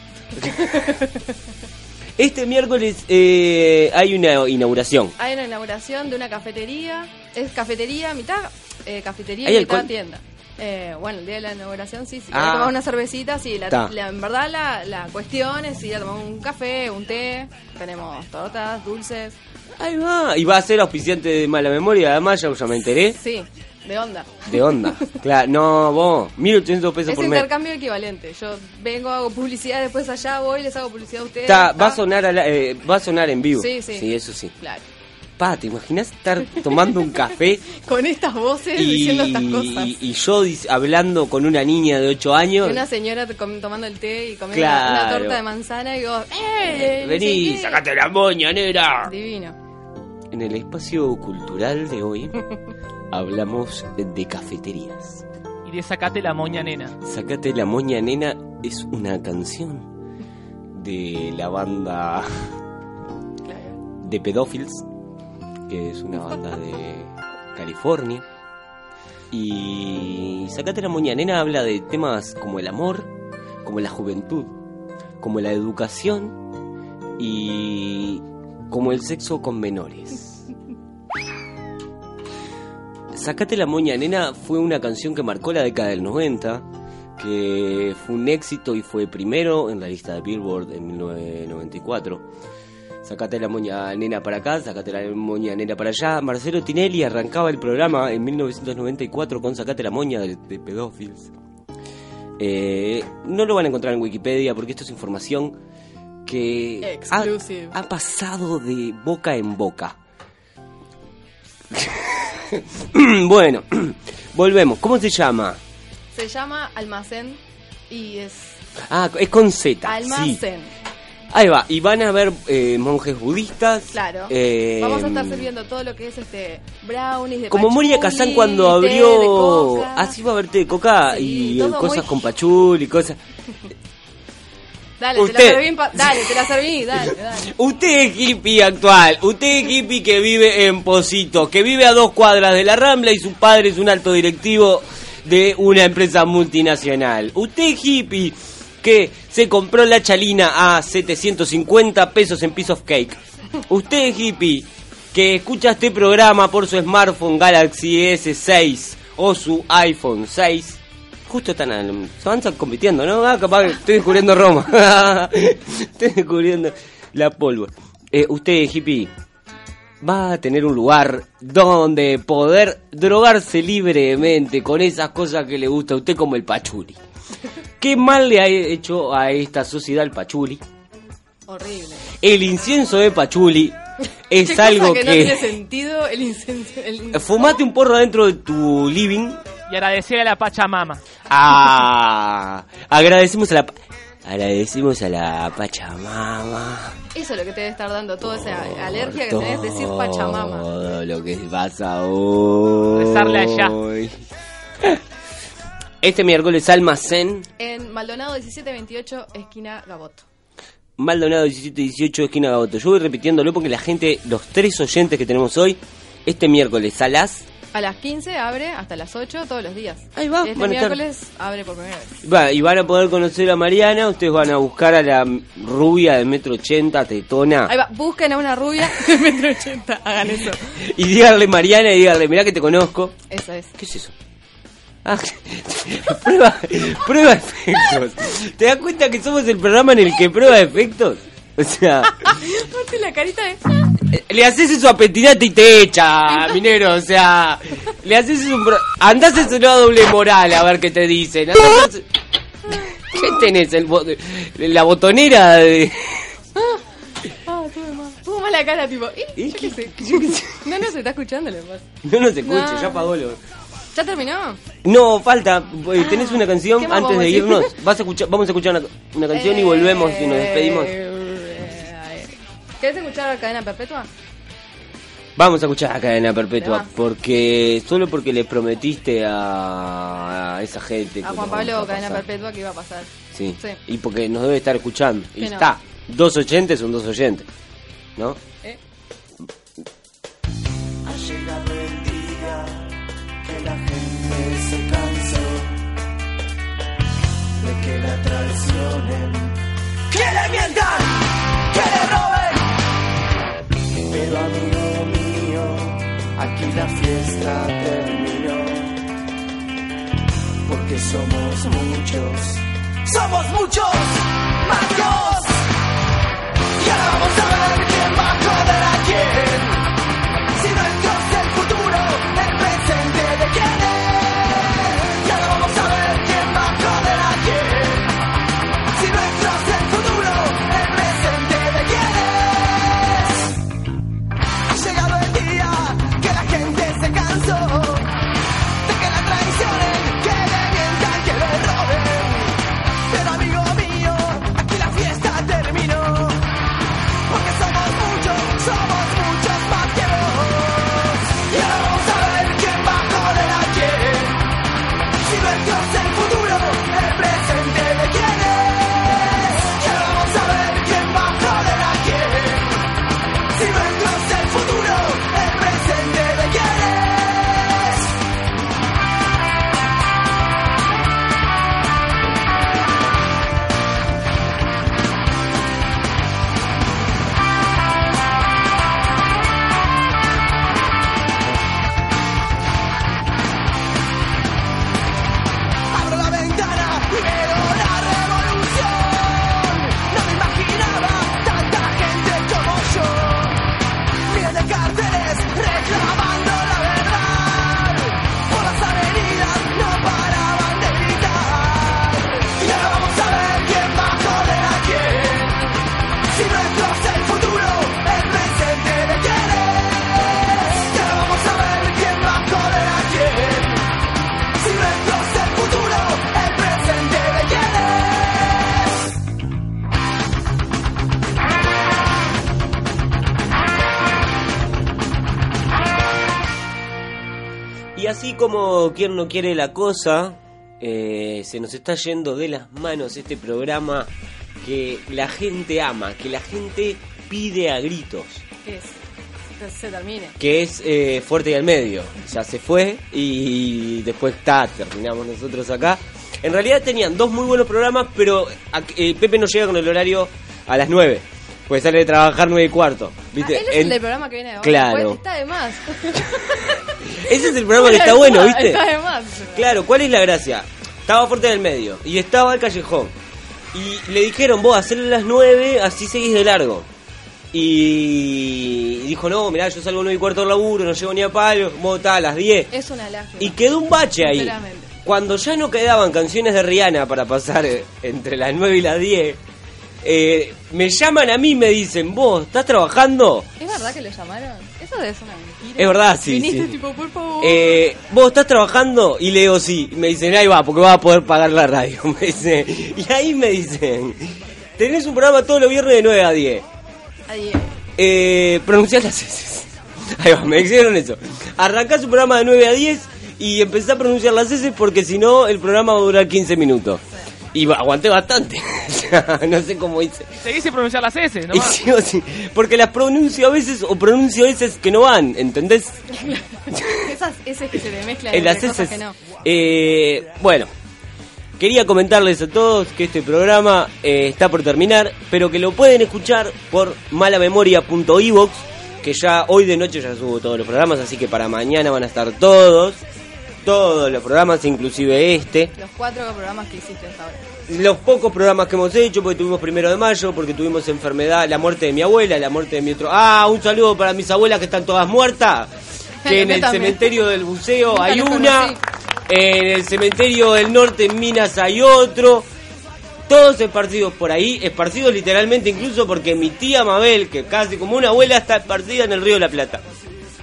Este miércoles eh, hay una inauguración.
Hay una inauguración de una cafetería. Es cafetería, mitad eh, cafetería
¿Hay
y mitad
alcohol?
tienda. Eh, bueno, el día de la inauguración sí, sí.
Ah.
tomar unas cervecitas y la,
Ta.
la- en verdad la, la cuestión es ir a tomar un café, un té. Tenemos tortas, dulces.
Ahí va. Y va a ser auspiciante de mala memoria, además ya, ya me enteré.
Sí, de onda.
De onda. Claro, no, vos, 1800 pesos
Es
por mes.
intercambio equivalente. Yo vengo, hago publicidad, después allá voy, les hago publicidad a ustedes.
Está, va, a
Ah,
sonar a la- eh, va a sonar en vivo.
Sí, sí.
eso sí.
Claro.
Pa, ¿te imaginas estar tomando un café
Con estas voces
y,
diciendo estas cosas.
y- y yo dis- hablando con una niña de 8
Y
años?
una señora com- tomando el té y comiendo
Claro.
una torta de manzana y vos, ¡eh!
Vení, sacate la moña, negra.
Divino.
En el espacio cultural de hoy hablamos de cafeterías.
Y de sacate la moña, nena.
Sácate la moña, nena es una canción de la banda de Pedófilos, que es una banda de California. Y Sácate la moña, nena habla de temas como el amor, como la juventud, como la educación y como el sexo con menores. Sacate la moña, nena fue una canción que marcó la década del 90, que fue un éxito y fue primero en la lista de Billboard en 1994. Sacate la moña, nena para acá, sacate la moña, nena para allá. Marcelo Tinelli arrancaba el programa en 1994 con Sacate la moña de, de Pedófilos. Eh, no lo van a encontrar en Wikipedia porque esto es información que ha, ha pasado de boca en boca. bueno, volvemos. ¿Cómo se llama?
Se llama almacén y es
Ah, es con Z. sí.
almacén.
Ahí va. Y van a ver eh, monjes budistas.
Claro.
Eh,
Vamos a estar sirviendo todo lo que es este brownies de
Como Moria
pachuli,
Kazan cuando
té de
abrió.
coca.
Así va a verte de coca y
todo
cosas
muy-
con pachul y cosas.
Dale, te
Usted.
la serví. en pa- Dale, te la serví, dale, dale.
Usted es hippie actual, usted es hippie que vive en Positos, que vive a dos cuadras de la Rambla y su padre es un alto directivo de una empresa multinacional. Usted es hippie que se compró la chalina a 750 pesos en piece of cake. Usted es hippie que escucha este programa por su smartphone Galaxy S6 o su iPhone 6. Justo están al- se van compitiendo, ¿no? Ah, capaz que estoy descubriendo Roma. estoy descubriendo la pólvora. Eh, usted, hippie, va a tener un lugar donde poder drogarse libremente con esas cosas que le gusta a usted como el pachuli. ¿Qué mal le ha hecho a esta sociedad el pachuli?
Horrible.
El incienso de pachuli es
Che, cosa
algo
que
que...
no tiene sentido el incendio. el in-
Fumate un porro dentro de tu living.
Y agradecer a la Pachamama.
Ah, agradecemos a la... pa- Agradecimos a la Pachamama.
Eso es lo que te debe estar dando toda esa alergia que
Oh, todo
tenés decir Pachamama.
lo que pasa hoy.
Rezarle allá.
Este miércoles almacén,
En Maldonado 1728, esquina Gaboto.
Maldonado 1718, esquina Gaboto. Yo voy repitiéndolo porque la gente, los tres oyentes que tenemos hoy, este miércoles a las...
A las 15 abre hasta las 8 todos los días.
Ahí va.
Este
van a estar-
miércoles abre por primera vez.
Va, y van a poder conocer a Mariana, ustedes van a buscar a la rubia de metro ochenta, tetona.
Ahí va, busquen a una rubia de metro ochenta, hagan eso.
Y díganle Mariana y díganle, mirá que te conozco.
Eso es.
¿Qué es eso? Ah, prueba, prueba efectos. ¿Te das cuenta que somos el programa en el que prueba efectos? O sea,
Ah, Aparte la carita de...
le haces eso a Petinate y te echa, minero. O sea, le haces un. Pro... Andás a una doble moral a ver qué te dicen. andás a- ¿Qué tenés? El bo- La botonera de.
Ah, tuve mal. Tuvo mal la cara, tipo... ¿Y? Yo qué sé. No, no, se está escuchando, lo que pasa.
No nos escucha,
No.
ya apagó lo.
¿Ya terminó?
No, falta. Eh, ¿Tenés una canción
¿qué más
antes
vamos a
de
decir?
irnos? Vas a escuchar, vamos a escuchar una, una canción y volvemos y nos despedimos.
Eh, ¿Querés escuchar Cadena Perpetua?
Vamos a escuchar a Cadena Perpetua.
Ahí va.
Porque solo porque le prometiste a, a esa gente.
A
que
Juan
nos va
Pablo
a
Cadena
pasar.
Perpetua que iba a pasar.
Sí.
Sí.
Y porque nos debe estar escuchando. Y
Que no.
está. Dos oyentes son dos oyentes. ¿No?
Ha llegado el día que la gente se cansó de que la traicionen, que le mientan, que le roben. Pero amigo mío, aquí la fiesta terminó, porque somos muchos, somos muchos, malos. Y ahora vamos a ver quién va a joder a quién. Si nuestro es el futuro, el presente de quién es. Y ahora vamos a ver quién va a joder a quién. Si nuestro es el futuro, el presente de quién es. Ha llegado el día que la gente se cansó de que la traicionen, que le mientan, que le roben. Pero amigo mío, aquí la fiesta terminó. Porque somos muchos, somos muchos más que vos. Y ahora vamos a ver quién va a joder a quién. Si nuestro es el futuro, el presente de quién es. Y ahora vamos a ver quién va a joder a quién. Si nuestro es el futuro, el presente de quién es. Abro la ventana y veo la revolución. No me imaginaba tanta gente como yo. Miles de cárceles reclamando la verdad. Por las avenidas no paraban de gritar. Y ahora vamos a ver quién va a joder a quién. Si nuestro es el futuro, el presente de quién es. Y ahora vamos a ver quién va a joder a quién. Si nuestro es el futuro, el presente de quién es.
Y así como quien no quiere la cosa, eh, se nos está yendo de las manos este programa que la gente ama, que la gente pide a gritos,
Es. que Se termine.
que es eh, fuerte y al medio. Ya se fue y después está, terminamos nosotros acá. En realidad tenían dos muy buenos programas, pero a- eh, Pepe no llega con el horario a las 9, pues sale de trabajar 9 y cuarto. ¿viste?
Ah, él es
En-
el del programa que viene ahora.
Claro.
Pues está de más.
Ese es el programa que está bueno, ¿viste?
Está de más.
Claro, ¿cuál es la gracia? Estaba fuerte en el medio y estaba el callejón. Y le dijeron, vos, hacerlo a las 9, así seguís de largo. Y dijo, no, mirá, yo salgo a 9 y cuarto de laburo, no llego ni a palo, como tal, a las 10.
Es una lástima.
Y quedó un bache ahí.
Sinceramente.
Cuando ya no quedaban canciones de Rihanna para pasar eh, entre las 9 y las 10, eh, me llaman a mí y me dicen, vos, ¿estás trabajando?
¿Es verdad que lo llamaron? Eso es una mentira.
Es verdad, sí,
Viniste
sí.
tipo, por favor.
Eh, ¿Vos estás trabajando? Y le digo, sí. Y me dicen, ahí va, porque vas a poder pagar la radio. Me dice. Y ahí me dicen, tenés un programa todos los viernes de 9 a 10.
Adiós.
Eh, pronunciás las S. Ahí va, me hicieron eso. Arrancás un programa de 9 a 10 y empezá a pronunciar las S porque si no, el programa va a durar 15 minutos. Y ba- aguanté bastante. O sea, no sé cómo hice.
Seguís sin pronunciar las S, ¿no?
Y sigo así, porque las pronuncio a veces o pronuncio S que no van, ¿entendés?
Esas esas que se te mezclan
en
entre
las
cosas
heces.
que no.
Eh, bueno, quería comentarles a todos que este programa eh, está por terminar, pero que lo pueden escuchar por malamemoria.evox, que ya hoy de noche ya subo todos los programas, así que para mañana van a estar todos, todos los programas, inclusive este
Los cuatro programas que hiciste hasta ahora.
los pocos programas que hemos hecho, porque tuvimos primero de mayo, porque tuvimos enfermedad, la muerte de mi abuela, la muerte de mi otro. Ah, un saludo para mis abuelas que están todas muertas. Que
Yo
en el
también.
cementerio del buceo
Nunca
hay
los
una, en el cementerio del norte en Minas hay otro. Todos esparcidos por ahí, esparcidos literalmente incluso porque mi tía Mabel, que casi como una abuela, está esparcida en el río de la Plata.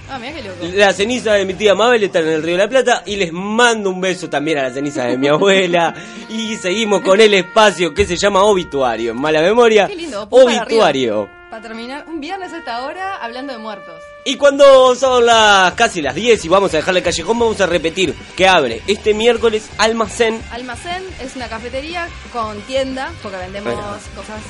Ah, mirá qué loco.
La ceniza de mi tía Mabel está en el Río de la Plata y les mando un beso también a la ceniza de mi abuela. Y seguimos con el espacio que se llama Obituario, en mala memoria.
Qué lindo, pum para
Obituario.
Para terminar, un viernes a esta hora hablando de muertos.
Y cuando son las casi las 10 y vamos a dejar el callejón, vamos a repetir que abre este miércoles Almacén
Almacén es una cafetería con tienda, porque vendemos
Bueno.
cosas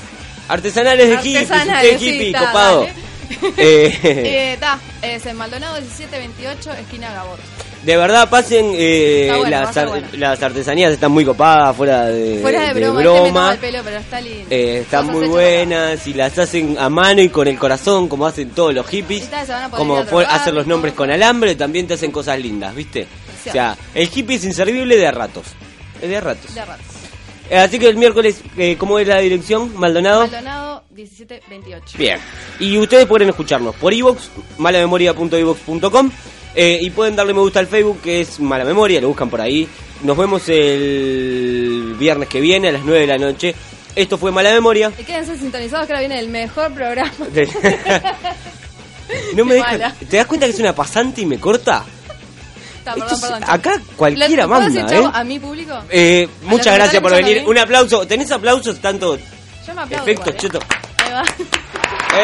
Artesanales de Hippies. Usted es
sí,
hippie,
ta,
copado.
dale.
Eh,
Eh, ta, es en Maldonado 1728, esquina Gabor.
de verdad, pasen. eh,
Está bueno,
las,
está
ar-
bueno.
las artesanías están muy copadas, fuera Eh, de,
Fuera de broma, es que me toma el pelo, pero está lindo.
Eh, están
Cosas
muy
hechas
buenas y las hacen a mano y con el corazón, como hacen todos los hippies.
Y tal, se van a poder ir
Como
a
fue-
drogar,
hacen los nombres con alambre, también te hacen cosas lindas, ¿viste? O sea, el hippie es inservible de a ratos. Es de a ratos.
de ratos.
Eh, así que el miércoles, eh, ¿cómo es la dirección? Maldonado.
Maldonado 1728.
Bien. Y ustedes pueden escucharnos por iVox, malamemoria.ivox.com. eh, y pueden darle me gusta al Facebook, que es Mala Memoria, lo buscan por ahí. Nos vemos el viernes que viene a las 9 de la noche. Esto fue Mala Memoria.
Y quédense sintonizados que ahora viene el mejor programa.
no me
Qué
deja-
mala.
¿Te das cuenta que es una pasante y me corta?
Ta, perdón,
Esto es-
perdón, chao.
acá cualquiera
¿Lo- ¿puedo decir
manda,
chao
¿eh?
a mi público?
Eh,
los
muchas
que
gracias
están
por venir.
escuchando
Un aplauso. ¿Tenés aplausos? Tanto
Yo me aplaudo.
efectos,
igual,
cheto.
¿eh? Ahí va.
Eh,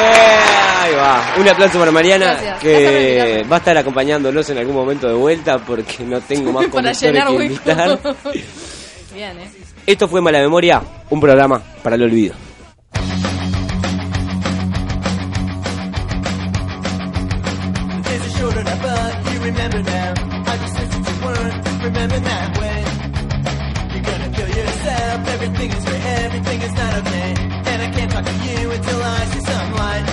ahí va. Un aplauso para Mariana,
Gracias. Gracias por
que
invitarme.
va a estar acompañándolos en algún momento de vuelta porque no tengo más
Para
conductores
llenar
que invitar.
hueco. Bien, ¿eh?
Esto fue Mala Memoria, un programa para el olvido.
There's a short on a bud, you remember now. I just listened to one, remember now when you're gonna kill yourself. Everything is for everything is not okay. And I can't talk to you until I see some light.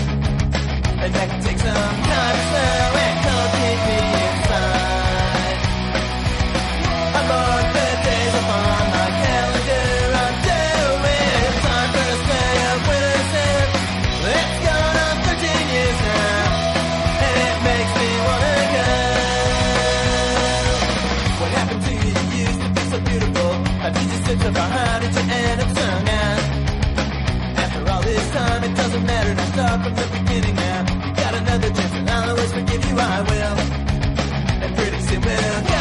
And that can take some time, slow and completely inside. I mark the days upon my calendar. I'm doing time for a slam, winner slam. It's gone on 13 years now. And it makes me wanna go. What happened to you? You used to be so beautiful. How did you sit so far? How did you end up so now? After all this time, it doesn't matter to start from the beginning now. Got another chance, and I'll always forgive you. I will. And pretty soon we'll